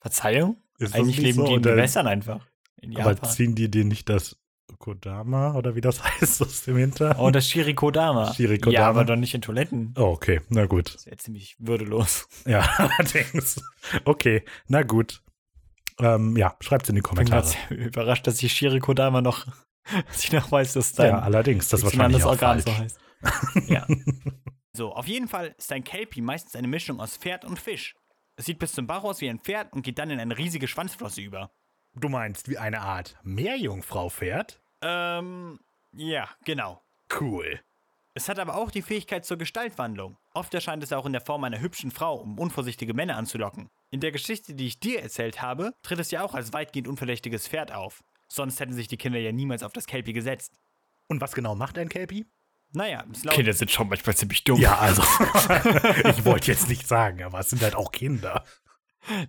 Speaker 1: Verzeihung?
Speaker 2: Ist das
Speaker 1: Eigentlich
Speaker 2: nicht
Speaker 1: leben
Speaker 2: so?
Speaker 1: die in
Speaker 2: Und dann-
Speaker 1: Gewässern einfach. In
Speaker 2: Aber
Speaker 1: Japan.
Speaker 2: ziehen die dir nicht das Kodama oder wie das heißt aus dem Hintern?
Speaker 1: Oh, das Shirikodama.
Speaker 2: Shirikodama.
Speaker 1: Ja, aber doch nicht in Toiletten.
Speaker 2: oh, okay, na gut.
Speaker 1: Das wäre ziemlich würdelos.
Speaker 2: Ja, allerdings. Okay, na gut. Ähm, ja, schreibt's in die
Speaker 1: Ich bin gerade
Speaker 2: Kommentare.
Speaker 1: sehr überrascht, dass ich Shirikodama noch, dass ich noch weiß, dass dein
Speaker 2: Ja, allerdings, das
Speaker 1: Dixieland
Speaker 2: wahrscheinlich auch
Speaker 1: Organ
Speaker 2: falsch.
Speaker 1: so heißt. ja. So, auf jeden Fall ist ein Kelpie meistens eine Mischung aus Pferd und Fisch. Es sieht bis zum Bauch aus wie ein Pferd und geht dann in eine riesige Schwanzflosse über.
Speaker 8: Du meinst, wie eine Art Meerjungfrau fährt?
Speaker 1: Ähm, ja, genau.
Speaker 8: Cool.
Speaker 1: Es hat aber auch die Fähigkeit zur Gestaltwandlung. Oft erscheint es auch in der Form einer hübschen Frau, um unvorsichtige Männer anzulocken. In der Geschichte, die ich dir erzählt habe, tritt es ja auch als weitgehend unverdächtiges Pferd auf. Sonst hätten sich die Kinder ja niemals auf das Kelpie gesetzt.
Speaker 8: Und was genau macht ein Kelpie?
Speaker 1: Naja, es lautet
Speaker 9: sind schon manchmal ziemlich dumm.
Speaker 2: Ja, also, ich wollte jetzt nicht sagen, aber es sind halt auch Kinder.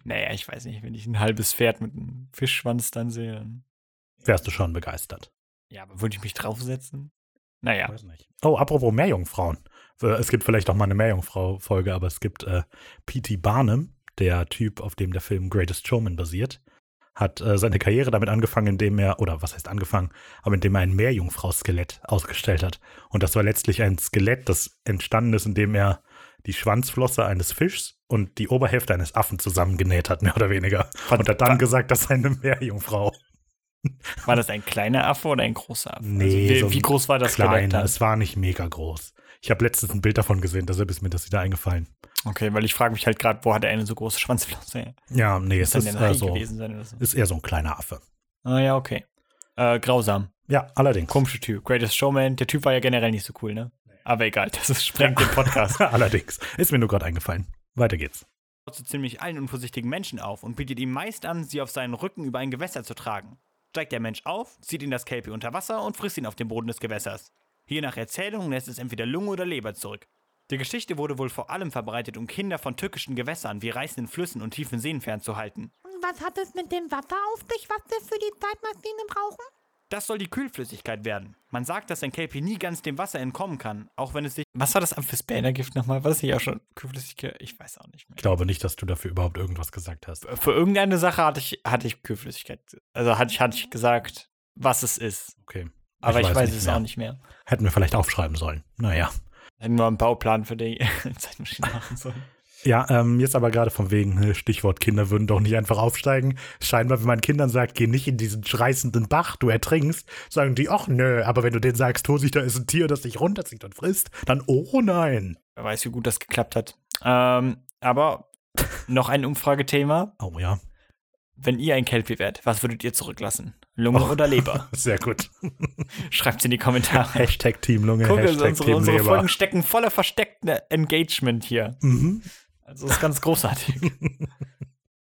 Speaker 1: Naja, ich weiß nicht, wenn ich ein halbes Pferd mit einem Fischschwanz dann sehe, dann
Speaker 2: Wärst du schon begeistert.
Speaker 1: ja, aber würde ich mich draufsetzen? Naja,
Speaker 2: Weiß nicht. Oh, apropos Meerjungfrauen. Äh, Es gibt vielleicht auch mal eine Meerjungfrau-Folge, aber es gibt äh, P.T. Barnum, der Typ, auf dem der Film Greatest Showman basiert, hat äh, seine Karriere damit angefangen, indem er, oder was heißt angefangen, aber indem er ein Meerjungfrau-Skelett ausgestellt hat. Und das war letztlich ein Skelett, das entstanden ist, indem er die Schwanzflosse eines Fischs und die Oberhälfte eines Affen zusammengenäht hat, mehr oder weniger.
Speaker 1: War-
Speaker 2: Und hat dann gesagt, das sei eine Meerjungfrau.
Speaker 1: War das ein kleiner Affe oder ein großer Affe? Also
Speaker 2: Nee,
Speaker 1: wie,
Speaker 2: so ein
Speaker 1: wie groß war das
Speaker 2: Klein,
Speaker 1: Gedeck dann?
Speaker 2: es war nicht mega groß. Ich habe letztens ein Bild davon gesehen, deshalb ist mir das wieder eingefallen.
Speaker 1: Okay, weil ich frage mich halt gerade, wo hat er eine so große Schwanzflosse? her?
Speaker 2: Ja, nee, es
Speaker 1: Muss dann
Speaker 2: ist,
Speaker 1: ein Hai
Speaker 2: äh, so,
Speaker 1: gewesen sein oder so?
Speaker 2: ist eher so ein kleiner Affe.
Speaker 1: Ah ja, okay. Äh, grausam.
Speaker 2: Ja, allerdings.
Speaker 1: Komischer Typ. Greatest Showman. Der Typ war ja generell nicht so cool, ne? Aber egal, das ist, sprengt den Podcast.
Speaker 2: allerdings. Ist mir nur gerade eingefallen. Weiter geht's.
Speaker 6: zu ziemlich allen unvorsichtigen Menschen auf und bietet ihm meist an, sie auf seinen Rücken über ein Gewässer zu tragen. Steigt der Mensch auf, zieht ihn das Kelpie unter Wasser und frisst ihn auf dem Boden des Gewässers. Je nach Erzählung lässt es entweder Lunge oder Leber zurück. Die Geschichte wurde wohl vor allem verbreitet, um Kinder von tückischen Gewässern wie reißenden Flüssen und tiefen Seen fernzuhalten.
Speaker 3: Und was hat es mit dem Wasser auf sich, was wir für die Zeitmaschine brauchen?
Speaker 6: Das soll die Kühlflüssigkeit werden. Man sagt, dass ein Kelpie nie ganz dem Wasser entkommen kann, auch wenn es sich
Speaker 1: Was war das Amphisbänergift nochmal? War das nicht auch schon Kühlflüssigkeit? Ich weiß auch nicht mehr.
Speaker 2: Ich glaube nicht, dass du dafür überhaupt irgendwas gesagt hast.
Speaker 1: Für irgendeine Sache hatte ich, hatte ich Kühlflüssigkeit. Also hatte ich, hatte ich gesagt, was es ist.
Speaker 2: Okay.
Speaker 1: Aber ich weiß,
Speaker 2: nicht
Speaker 1: es
Speaker 2: mehr.
Speaker 1: auch nicht mehr.
Speaker 2: Hätten wir vielleicht aufschreiben sollen. Naja.
Speaker 1: Hätten wir einen Bauplan für die Zeitmaschine machen sollen.
Speaker 2: Ja, ähm, jetzt aber gerade von wegen, ne, Stichwort Kinder würden doch nicht einfach aufsteigen. Scheinbar, wenn man Kindern sagt, geh nicht in diesen reißenden Bach, du ertrinkst, sagen die, ach nö, aber wenn du denen sagst, Vorsicht, da ist ein Tier, das dich runterzieht und frisst, dann oh nein.
Speaker 1: Wer weiß, wie gut das geklappt hat. Ähm, aber noch ein Umfragethema.
Speaker 2: Oh ja,
Speaker 1: Wenn ihr ein Kelpie wärt, was würdet ihr zurücklassen? Lunge oder Leber?
Speaker 2: sehr gut.
Speaker 1: Schreibt's in die Kommentare.
Speaker 2: Hashtag Teamlunge,
Speaker 1: Guck, also
Speaker 2: Hashtag
Speaker 1: unsere, unsere
Speaker 2: Teamleber.
Speaker 1: Folgen stecken voller versteckten Engagement hier.
Speaker 2: Mhm.
Speaker 1: Also ist ganz großartig.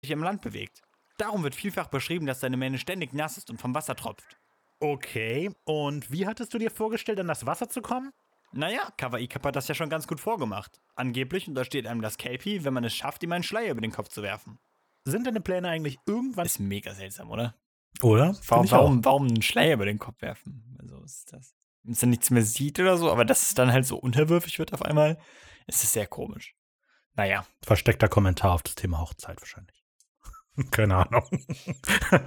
Speaker 6: sich im Land bewegt. Darum wird vielfach beschrieben, dass seine Mähne ständig nass ist und vom Wasser tropft.
Speaker 5: Okay, und wie hattest du dir vorgestellt, an das Wasser zu kommen?
Speaker 6: Naja, Kawaii Cup hat das ja schon ganz gut vorgemacht. Angeblich untersteht einem das Kelpie, wenn man es schafft, ihm einen Schleier über den Kopf zu werfen.
Speaker 5: Sind deine Pläne eigentlich irgendwann
Speaker 1: Ist mega seltsam, oder?
Speaker 2: Oder? Find
Speaker 1: Warum,
Speaker 2: ich auch.
Speaker 1: warum, warum einen Schleier über den Kopf werfen? Also ist das. Wenn es dann nichts mehr sieht oder so, aber dass es dann halt so unterwürfig wird auf einmal, ist es sehr komisch. Naja,
Speaker 2: Versteckter Kommentar auf das Thema Hochzeit wahrscheinlich. Keine Ahnung.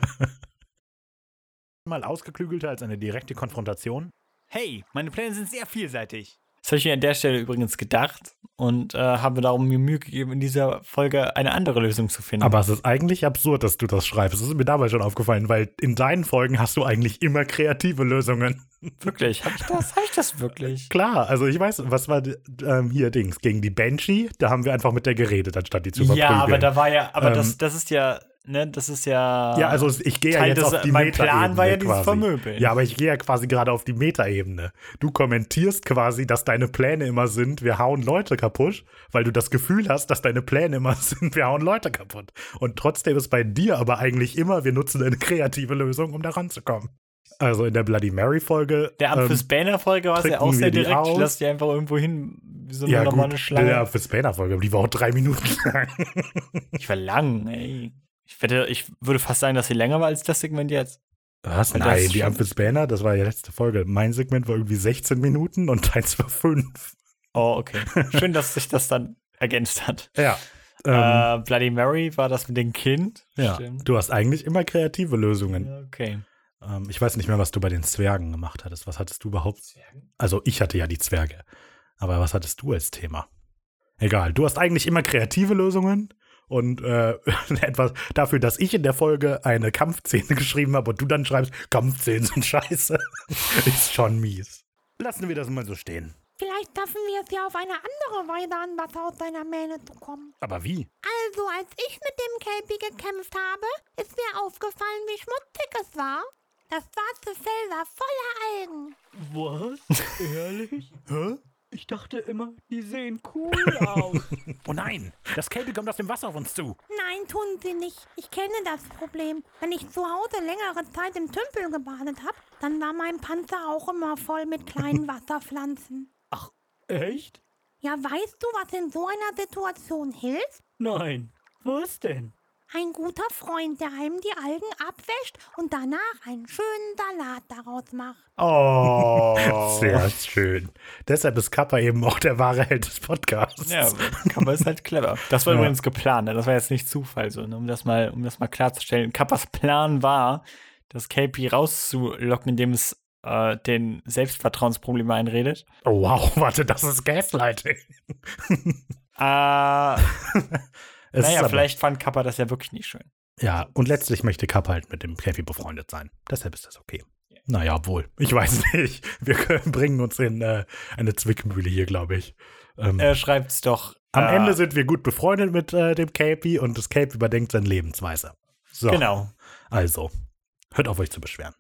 Speaker 5: mal ausgeklügelter als eine direkte Konfrontation?
Speaker 6: Hey, meine Pläne sind sehr vielseitig.
Speaker 1: das habe ich mir an der Stelle übrigens gedacht und äh, habe darum mir Mühe gegeben, in dieser Folge eine andere Lösung zu finden.
Speaker 2: Aber es ist eigentlich absurd, dass du das schreibst. Das ist mir dabei schon aufgefallen, weil in deinen Folgen hast du eigentlich immer kreative Lösungen.
Speaker 1: wirklich, habe ich das? Habe ich das wirklich?
Speaker 2: Klar, also ich weiß, was war ähm, hier Dings? Gegen die Banshee, da haben wir einfach mit der geredet, anstatt die zu überprügeln.
Speaker 1: Ja, aber da war ja, aber
Speaker 2: Ähm,
Speaker 1: das, das ist ja, ne, das ist ja.
Speaker 2: Ja, also ich gehe ja
Speaker 1: Teil
Speaker 2: jetzt
Speaker 1: des- äh,
Speaker 2: auf die
Speaker 1: mein Plan war ja
Speaker 2: Metaebene
Speaker 1: dieses
Speaker 2: quasi.
Speaker 1: Vermöbeln.
Speaker 2: Ja, aber ich gehe ja quasi gerade auf die Metaebene. Du kommentierst quasi, dass deine Pläne immer sind, wir hauen Leute kaputt, weil du das Gefühl hast, dass deine Pläne immer sind, wir hauen Leute kaputt. Und trotzdem ist bei dir aber eigentlich immer, wir nutzen eine kreative Lösung, um da ranzukommen. Also in der Bloody Mary Folge.
Speaker 1: Der
Speaker 2: ähm,
Speaker 1: Amphisbäner-Folge war es ja
Speaker 2: trinken
Speaker 1: auch
Speaker 2: wir
Speaker 1: sehr
Speaker 2: die
Speaker 1: direkt. Ich
Speaker 2: aus?
Speaker 1: lasse die einfach irgendwo hin, wie so eine
Speaker 2: ja,
Speaker 1: normale
Speaker 2: gut,
Speaker 1: Schlange.
Speaker 2: der für Spanner-Folge, aber die war auch drei Minuten lang.
Speaker 1: Ich war lang, ey. Ich, wette, ich würde fast sagen, dass sie länger war als das Segment jetzt.
Speaker 2: Was?
Speaker 1: Weil das
Speaker 2: Nein,
Speaker 1: ist
Speaker 2: die
Speaker 1: schon-
Speaker 2: Amphisbäner, das war ja letzte Folge. Mein Segment war irgendwie 16 Minuten und deins war 5.
Speaker 1: Oh, okay. Schön, dass sich das dann ergänzt hat.
Speaker 2: Ja. Ähm,
Speaker 1: äh, Bloody Mary war das mit dem Kind.
Speaker 2: ja.
Speaker 1: Stimmt.
Speaker 2: Du hast eigentlich immer kreative Lösungen.
Speaker 1: Ja, Okay.
Speaker 2: Ähm, ich weiß nicht mehr, was du bei den Zwergen gemacht hattest. Was hattest du überhaupt? Also ich hatte ja die Zwerge. Aber was hattest du als Thema? Egal, du hast eigentlich immer kreative Lösungen. Und äh, etwas dafür, dass ich in der Folge eine Kampfszene geschrieben habe und du dann schreibst, Kampfszenen sind scheiße, ist schon mies.
Speaker 5: Lassen wir das mal so stehen.
Speaker 3: Vielleicht schaffen wir es ja auf eine andere Weise an Wasser aus seiner Mähne zu kommen.
Speaker 5: Aber wie?
Speaker 3: Also, als ich mit dem Kelpie gekämpft habe, ist mir aufgefallen, wie schmutzig es war. Das schwarze Fell war voller Algen.
Speaker 10: Was? Ehrlich? Hä? Ich dachte immer, die sehen cool aus.
Speaker 5: Oh nein, das Kelpie kommt aus dem Wasser auf uns zu.
Speaker 3: Nein, tun sie nicht. Ich kenne das Problem. Wenn ich zu Hause längere Zeit im Tümpel gebadet habe, dann war mein Panzer auch immer voll mit kleinen Wasserpflanzen.
Speaker 10: Echt?
Speaker 3: Ja, weißt du, was in so einer Situation hilft?
Speaker 10: Nein. Was denn?
Speaker 3: Ein guter Freund, der einem die Algen abwäscht und danach einen schönen Salat daraus macht.
Speaker 1: Oh.
Speaker 2: Sehr schön. Deshalb ist Kappa eben auch der wahre Held des Podcasts.
Speaker 1: Ja, Kappa ist halt clever. Das war
Speaker 2: Ja.
Speaker 1: übrigens geplant, ne? das war jetzt nicht Zufall, so, ne? um, das mal, um das mal klarzustellen. Kappas Plan war, das KP rauszulocken, indem es äh, den Selbstvertrauensprobleme einredet.
Speaker 2: Oh, wow, warte, das ist Gaslighting.
Speaker 1: Ah,
Speaker 2: Es ist
Speaker 1: naja,
Speaker 2: aber-
Speaker 1: vielleicht fand Kappa das ja wirklich nicht schön.
Speaker 2: Ja, und letztlich möchte Kapp halt mit dem Käfi befreundet sein. Deshalb ist das okay. Naja, obwohl. Ich weiß nicht. Wir können, bringen uns in äh, eine Zwickmühle hier, glaube ich. Ähm,
Speaker 1: Er schreibt's doch.
Speaker 2: am
Speaker 1: äh,
Speaker 2: Ende sind wir gut befreundet mit äh, dem Käfi und das Käfi überdenkt seine Lebensweise. So,
Speaker 1: Genau.
Speaker 2: also, hört auf euch zu beschweren.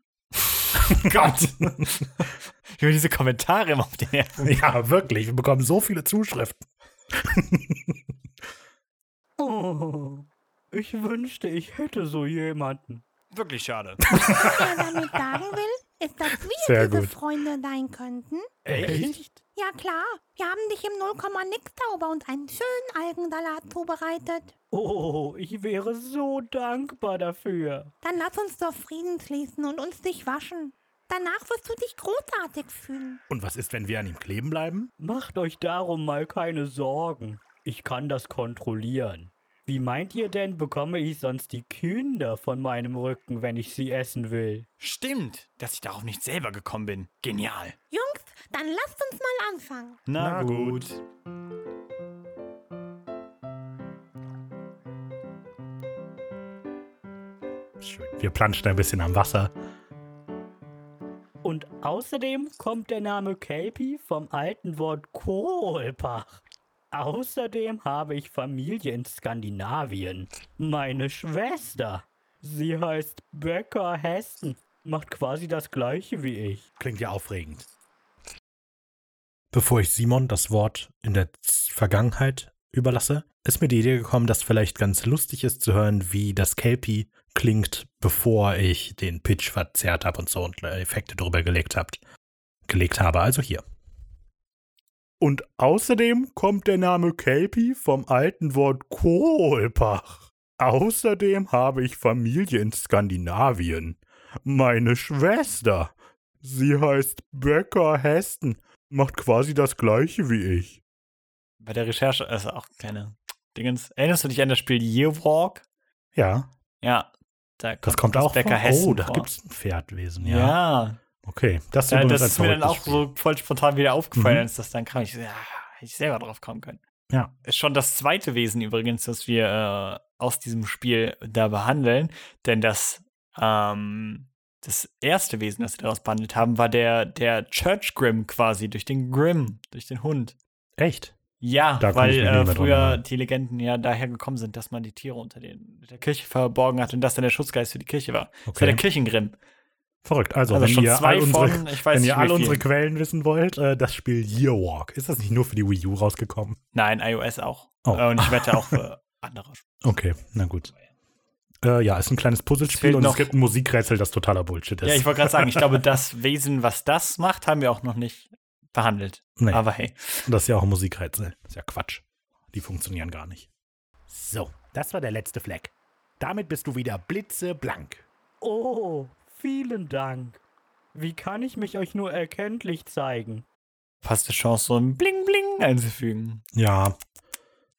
Speaker 2: Gott.
Speaker 1: Über diese Kommentare immer auf den Nerven.
Speaker 2: ja, wirklich. Wir bekommen so viele Zuschriften.
Speaker 10: Oh, ich wünschte, ich hätte so jemanden.
Speaker 1: Wirklich schade.
Speaker 3: Was er damit sagen will, ist, dass wir
Speaker 2: Sehr
Speaker 3: diese
Speaker 2: gut.
Speaker 3: Freunde sein könnten.
Speaker 1: Echt?
Speaker 3: Ja klar, wir haben dich im 0, nix Zauber und einen schönen Algensalat zubereitet.
Speaker 10: Oh, ich wäre so dankbar dafür.
Speaker 3: Dann lass uns doch Frieden schließen und uns dich waschen. Danach wirst du dich großartig fühlen.
Speaker 2: Und was ist, wenn wir an ihm kleben bleiben?
Speaker 10: Macht euch darum mal keine Sorgen. Ich kann das kontrollieren. Wie meint ihr denn, bekomme ich sonst die Kinder von meinem Rücken, wenn ich sie essen will?
Speaker 1: Stimmt, dass ich darauf nicht selber gekommen bin. Genial.
Speaker 3: Jungs, dann lasst uns mal anfangen.
Speaker 11: Na
Speaker 1: Na, gut.
Speaker 2: Schön. Wir planschen ein bisschen am Wasser.
Speaker 10: Und außerdem kommt der Name Kelpie vom alten Wort Kohlbach. Außerdem habe ich Familie in Skandinavien. Meine Schwester. Sie heißt Becker Hessen. Macht quasi das gleiche wie ich.
Speaker 2: Klingt ja aufregend. Bevor ich Simon das Wort in der Z- Vergangenheit überlasse, ist mir die Idee gekommen, dass vielleicht ganz lustig ist zu hören, wie das Kelpie klingt, bevor ich den Pitch verzerrt habe und so und äh, Effekte drüber gelegt habt. Gelegt habe, also hier. Und außerdem kommt der Name Kelpie vom alten Wort Kohlbach. Außerdem habe ich Familie in Skandinavien. Meine Schwester. Sie heißt Becker Heston. Macht quasi das gleiche wie ich.
Speaker 1: Bei der Recherche, also auch kleine Dingens. Erinnerst du dich an das Spiel Yearwalk?
Speaker 2: Ja,
Speaker 1: Ja. Da
Speaker 2: das kommt auch
Speaker 1: Becker
Speaker 2: vor.
Speaker 1: Hessen.
Speaker 2: Oh, da
Speaker 1: vor.
Speaker 2: gibt's ein Pferdwesen, ja.
Speaker 1: Ja.
Speaker 2: Okay, das,
Speaker 1: ja.
Speaker 2: übrigens
Speaker 1: das
Speaker 2: ein
Speaker 1: ist mir dann
Speaker 2: verrücktes
Speaker 1: auch
Speaker 2: Spiel.
Speaker 1: so voll spontan wieder aufgefallen,
Speaker 2: Mhm.
Speaker 1: als das dann kam. Ich so, ja, hätte ich selber drauf kommen können.
Speaker 2: Ja.
Speaker 1: Ist schon das zweite Wesen übrigens, das wir äh, aus diesem Spiel da behandeln. Denn das, ähm, das erste Wesen, das wir daraus behandelt haben, war der, der Church Grimm quasi, durch den Grimm, durch den Hund.
Speaker 2: Echt?
Speaker 1: Ja,
Speaker 2: Da kann ich
Speaker 1: weil
Speaker 2: mich nicht
Speaker 1: äh,
Speaker 2: mehr dran
Speaker 1: früher
Speaker 2: erinnern.
Speaker 1: die Legenden ja daher gekommen sind, dass man die Tiere unter den, der Kirche verborgen hat und dass dann der Schutzgeist für die Kirche war. Das war
Speaker 2: Okay.
Speaker 1: der Kirchengrimm.
Speaker 2: Verrückt. Also,
Speaker 1: Also
Speaker 2: wenn
Speaker 1: schon
Speaker 2: ihr
Speaker 1: zwei
Speaker 2: all unsere,
Speaker 1: von, ich weiß
Speaker 2: wenn
Speaker 1: nicht
Speaker 2: ihr all
Speaker 1: wie
Speaker 2: unsere
Speaker 1: viel.
Speaker 2: Quellen wissen wollt, äh, das Spiel Yearwalk. Ist das nicht nur für die Wii U rausgekommen?
Speaker 1: Nein, iOS auch.
Speaker 2: Oh.
Speaker 1: Äh, Und ich wette auch für andere.
Speaker 2: Okay, na gut. Äh, ja, ist ein kleines Puzzlespiel
Speaker 1: fehlt
Speaker 2: und
Speaker 1: noch-
Speaker 2: es gibt ein Musikrätsel, das totaler Bullshit ist.
Speaker 1: Ja, ich wollte gerade sagen, ich glaube, das Wesen, was das macht, haben wir auch noch nicht behandelt.
Speaker 2: nee,
Speaker 1: Aber hey,
Speaker 2: das ist ja auch ein Musikrätsel. Ist ja Quatsch. Die funktionieren gar nicht.
Speaker 11: So, das war der letzte Fleck. Damit bist du wieder blitzeblank.
Speaker 10: Oh, vielen Dank. Wie kann ich mich euch nur erkenntlich zeigen?
Speaker 1: passte Chance, so ein Bling Bling einzufügen.
Speaker 2: Ja.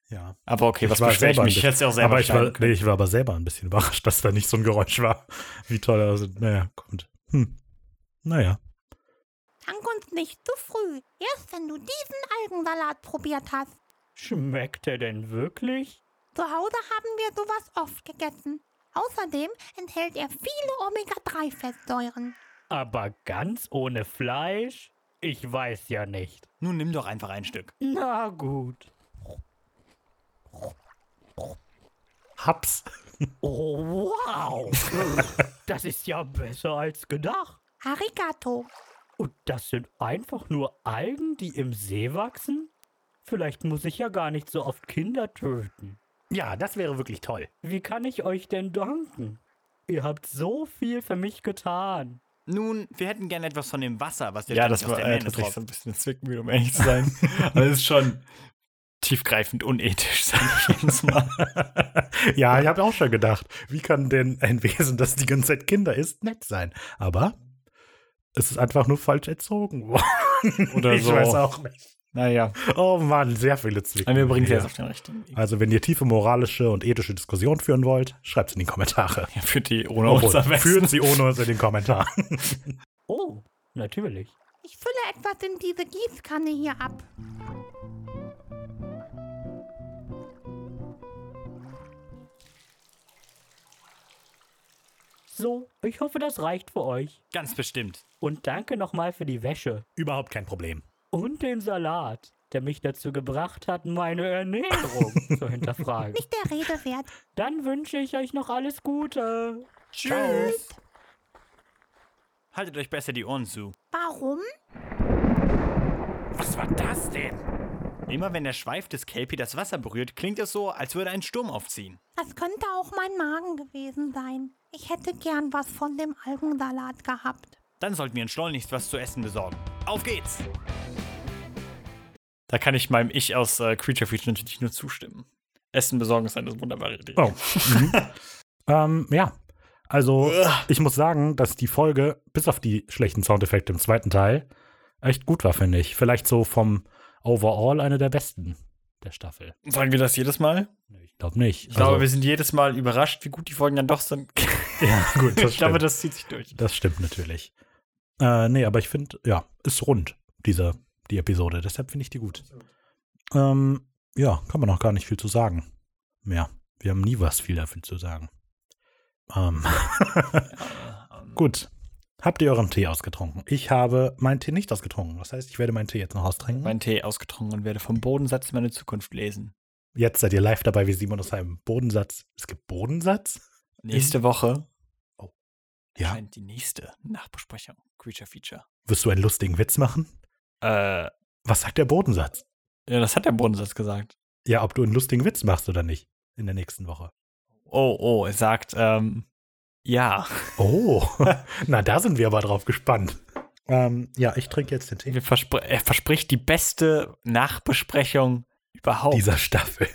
Speaker 2: Ja.
Speaker 1: Aber okay,
Speaker 2: Ich
Speaker 1: was
Speaker 2: war
Speaker 1: beschwere ich
Speaker 2: selber
Speaker 1: mich?
Speaker 2: ein
Speaker 1: Ich hätte es ja auch selber
Speaker 2: aber ich war,
Speaker 1: schneiden können.
Speaker 2: nee, ich war aber selber ein bisschen überrascht, dass da nicht so ein Geräusch war. Wie toll er sind. Naja, kommt. Hm. Naja.
Speaker 3: Dank uns nicht zu früh. Erst wenn du diesen Algensalat probiert hast.
Speaker 10: Schmeckt er denn wirklich?
Speaker 3: Zu Hause haben wir sowas oft gegessen. Außerdem enthält er viele Omega-3-Fettsäuren.
Speaker 10: Aber ganz ohne Fleisch? Ich weiß ja nicht.
Speaker 1: Nun nimm doch einfach ein Stück.
Speaker 10: Na gut.
Speaker 2: Haps.
Speaker 10: Oh, wow. das ist ja besser als gedacht.
Speaker 3: Arigato.
Speaker 10: Und das sind einfach nur Algen, die im See wachsen? Vielleicht muss ich ja gar nicht so oft Kinder töten.
Speaker 11: Ja, das wäre wirklich toll.
Speaker 10: Wie kann ich euch denn danken? Ihr habt so viel für mich getan.
Speaker 1: Nun, wir hätten gerne etwas von dem Wasser, was wir
Speaker 12: Ja,
Speaker 1: ständig
Speaker 12: das
Speaker 1: aus
Speaker 12: war
Speaker 1: der
Speaker 12: äh,
Speaker 1: Mähne
Speaker 12: tatsächlich so
Speaker 1: tropfen.
Speaker 12: ein bisschen zwickmühl, um ehrlich zu sein.
Speaker 2: Also,
Speaker 12: Aber es ist schon tiefgreifend unethisch, sag ich jedes Mal.
Speaker 2: ja, ich habe auch schon gedacht, wie kann denn ein Wesen, das die ganze Zeit Kinder isst, nett sein? Aber es ist einfach nur falsch erzogen worden.
Speaker 12: Oder
Speaker 2: ich
Speaker 12: so.
Speaker 2: weiß auch nicht.
Speaker 12: Naja,
Speaker 2: Oh Mann, sehr viele Zwicken.
Speaker 12: aber wir bringen sie
Speaker 2: hier.
Speaker 12: jetzt auf den richtigen Weg.
Speaker 2: Also, wenn ihr tiefe moralische und ethische Diskussionen führen wollt, schreibt in die Kommentare.
Speaker 12: Ja, für die ohne uns
Speaker 2: Obwohl,
Speaker 12: am besten.
Speaker 2: führt sie ohne uns in den Kommentaren.
Speaker 10: Oh, natürlich.
Speaker 3: Ich fülle etwas in diese Gießkanne hier ab.
Speaker 10: So, ich hoffe, das reicht für euch.
Speaker 1: Ganz bestimmt.
Speaker 10: Und danke nochmal für die Wäsche
Speaker 2: Überhaupt kein Problem.
Speaker 10: und den Salat, der mich dazu gebracht hat, meine Ernährung zu hinterfragen.
Speaker 3: Nicht der Rede wert.
Speaker 10: Dann wünsche ich euch noch alles Gute.
Speaker 1: Tschüss. Haltet euch besser die Ohren zu.
Speaker 3: Warum?
Speaker 1: Was war das denn? Immer wenn der Schweif des Kelpie das Wasser berührt, klingt es so, als würde ein Sturm aufziehen.
Speaker 3: Das könnte auch mein Magen gewesen sein. Ich hätte gern was von dem Algensalat gehabt.
Speaker 1: Dann sollten wir entschleunigst was zu essen besorgen. Auf geht's! Da kann ich meinem Ich aus äh, Creature Feature natürlich nur zustimmen. Essen besorgen ist eine wunderbare Idee.
Speaker 2: Oh. Mhm. ähm, ja. Also, ich muss sagen, dass die Folge, bis auf die schlechten Soundeffekte im zweiten Teil, echt gut war, finde ich. Vielleicht so vom Overall eine der besten der Staffel.
Speaker 1: Sagen wir das jedes Mal?
Speaker 2: Nee, Ich glaube nicht. Also,
Speaker 1: Ich glaube, wir sind jedes Mal überrascht, wie gut die Folgen dann doch sind.
Speaker 2: ja, gut, das
Speaker 1: ich glaube,
Speaker 2: stimmt.
Speaker 1: das zieht sich durch.
Speaker 2: Das stimmt natürlich. Äh, nee, aber ich finde, ja, ist rund, diese, die Episode. Deshalb finde ich die gut. Ähm, ja, kann man auch gar nicht viel zu sagen. Mehr. Wir haben nie was viel dafür zu sagen. Ähm. gut. Habt ihr euren Tee ausgetrunken? Ich habe meinen Tee nicht ausgetrunken. Das heißt, ich werde meinen Tee jetzt noch austrinken.
Speaker 1: Mein Tee ausgetrunken und werde vom Bodensatz meine Zukunft lesen.
Speaker 2: jetzt seid ihr live dabei, wie Simon aus einem Bodensatz. Es gibt Bodensatz?
Speaker 1: Nächste Woche
Speaker 2: Oh. Ja.
Speaker 1: erscheint die nächste Nachbesprechung. Creature Feature.
Speaker 2: Wirst du einen lustigen Witz machen?
Speaker 1: Äh,
Speaker 2: Was sagt der Bodensatz?
Speaker 1: ja, das hat der Bodensatz gesagt.
Speaker 2: Ja, ob du einen lustigen Witz machst oder nicht in der nächsten Woche.
Speaker 1: Oh, oh, er sagt, ähm, ja.
Speaker 2: Oh, na da sind wir aber drauf gespannt. Ähm, ja, ich trinke jetzt den Tee
Speaker 1: Wir verspr er verspricht die beste Nachbesprechung überhaupt.
Speaker 2: dieser Staffel.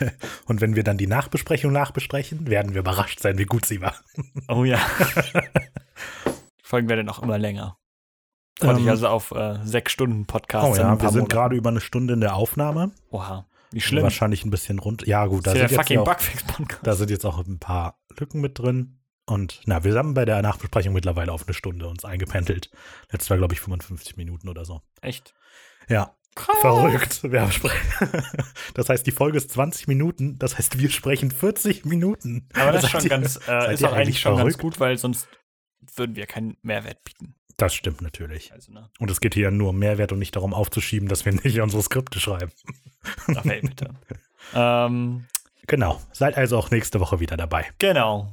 Speaker 2: Und wenn wir dann die Nachbesprechung nachbesprechen, werden wir überrascht sein, wie gut sie war.
Speaker 1: Oh ja. die Folgen werden noch immer länger. Freut
Speaker 2: Ähm,
Speaker 1: ich also auf äh, sechs Stunden Podcast.
Speaker 2: oh
Speaker 1: in ein
Speaker 2: ja, wir
Speaker 1: paar
Speaker 2: sind
Speaker 1: Monaten.
Speaker 2: gerade über eine Stunde in der Aufnahme.
Speaker 1: Oha, wie schlimm. Das
Speaker 2: Wahrscheinlich ein bisschen rund. Ja, gut, da
Speaker 1: ist ja
Speaker 2: sind,
Speaker 1: der
Speaker 2: jetzt
Speaker 1: fucking
Speaker 2: auch,
Speaker 1: Bugfix-Podcast.
Speaker 2: da sind jetzt auch ein paar Lücken mit drin. Und na, wir haben bei der Nachbesprechung mittlerweile auf eine Stunde uns eingependelt. Letztes war, glaube ich, 55 Minuten oder so.
Speaker 1: Echt.
Speaker 2: Ja. Verrückt. Wir sprechen. Das heißt, die Folge ist 20 Minuten. Das heißt, wir sprechen 40 Minuten.
Speaker 1: Aber das ist
Speaker 2: Seid
Speaker 1: schon
Speaker 2: ihr-
Speaker 1: ganz, äh,
Speaker 2: seid
Speaker 1: ist
Speaker 2: ihr
Speaker 1: auch eigentlich
Speaker 2: eigentlich
Speaker 1: schon ganz
Speaker 2: verrückt?
Speaker 1: gut, weil sonst würden wir keinen Mehrwert bieten.
Speaker 2: Das stimmt natürlich.
Speaker 1: Also, ne?
Speaker 2: Und es geht hier ja nur um Mehrwert und nicht darum aufzuschieben, dass wir nicht unsere Skripte schreiben.
Speaker 1: Raphael, bitte. ähm,
Speaker 2: Genau. Seid also auch nächste Woche wieder dabei,
Speaker 1: genau.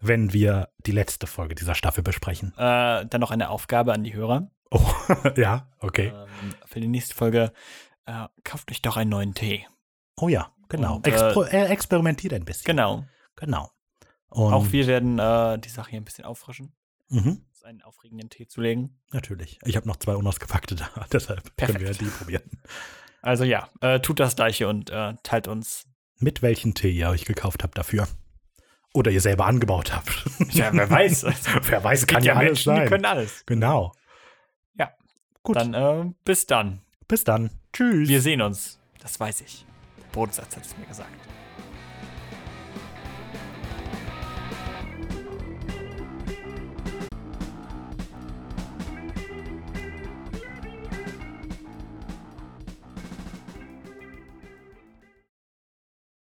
Speaker 2: wenn wir die letzte Folge dieser Staffel besprechen.
Speaker 1: Äh, dann noch eine Aufgabe an die Hörer.
Speaker 2: Oh, ja, okay.
Speaker 1: Ähm, für die nächste Folge äh, kauft euch doch einen neuen Tee.
Speaker 2: Oh ja, genau.
Speaker 1: Und, äh,
Speaker 2: Expro äh, experimentiert ein bisschen.
Speaker 1: Genau.
Speaker 2: Genau. Und,
Speaker 1: Auch wir werden äh, die Sache hier ein bisschen auffrischen.
Speaker 2: Mhm,
Speaker 1: Uns einen aufregenden Tee zu legen.
Speaker 2: natürlich. Ich habe noch zwei unausgepackte da, deshalb können wir
Speaker 1: Perfekt.
Speaker 2: die probieren.
Speaker 1: Also ja, äh, tut das Gleiche und äh, teilt uns.
Speaker 2: Mit welchen Tee ihr euch gekauft habt dafür. Oder ihr selber angebaut habt.
Speaker 1: Ja, wer weiß. Also,
Speaker 2: Wer weiß,
Speaker 1: gibt
Speaker 2: kann ja, alles
Speaker 1: Menschen, die
Speaker 2: sein.
Speaker 1: können alles.
Speaker 2: Genau.
Speaker 1: Ja.
Speaker 2: Gut,
Speaker 1: Dann äh, bis dann.
Speaker 2: bis dann. Tschüss.
Speaker 1: Wir sehen uns. Das weiß ich. Der Bodensatz hat es mir gesagt.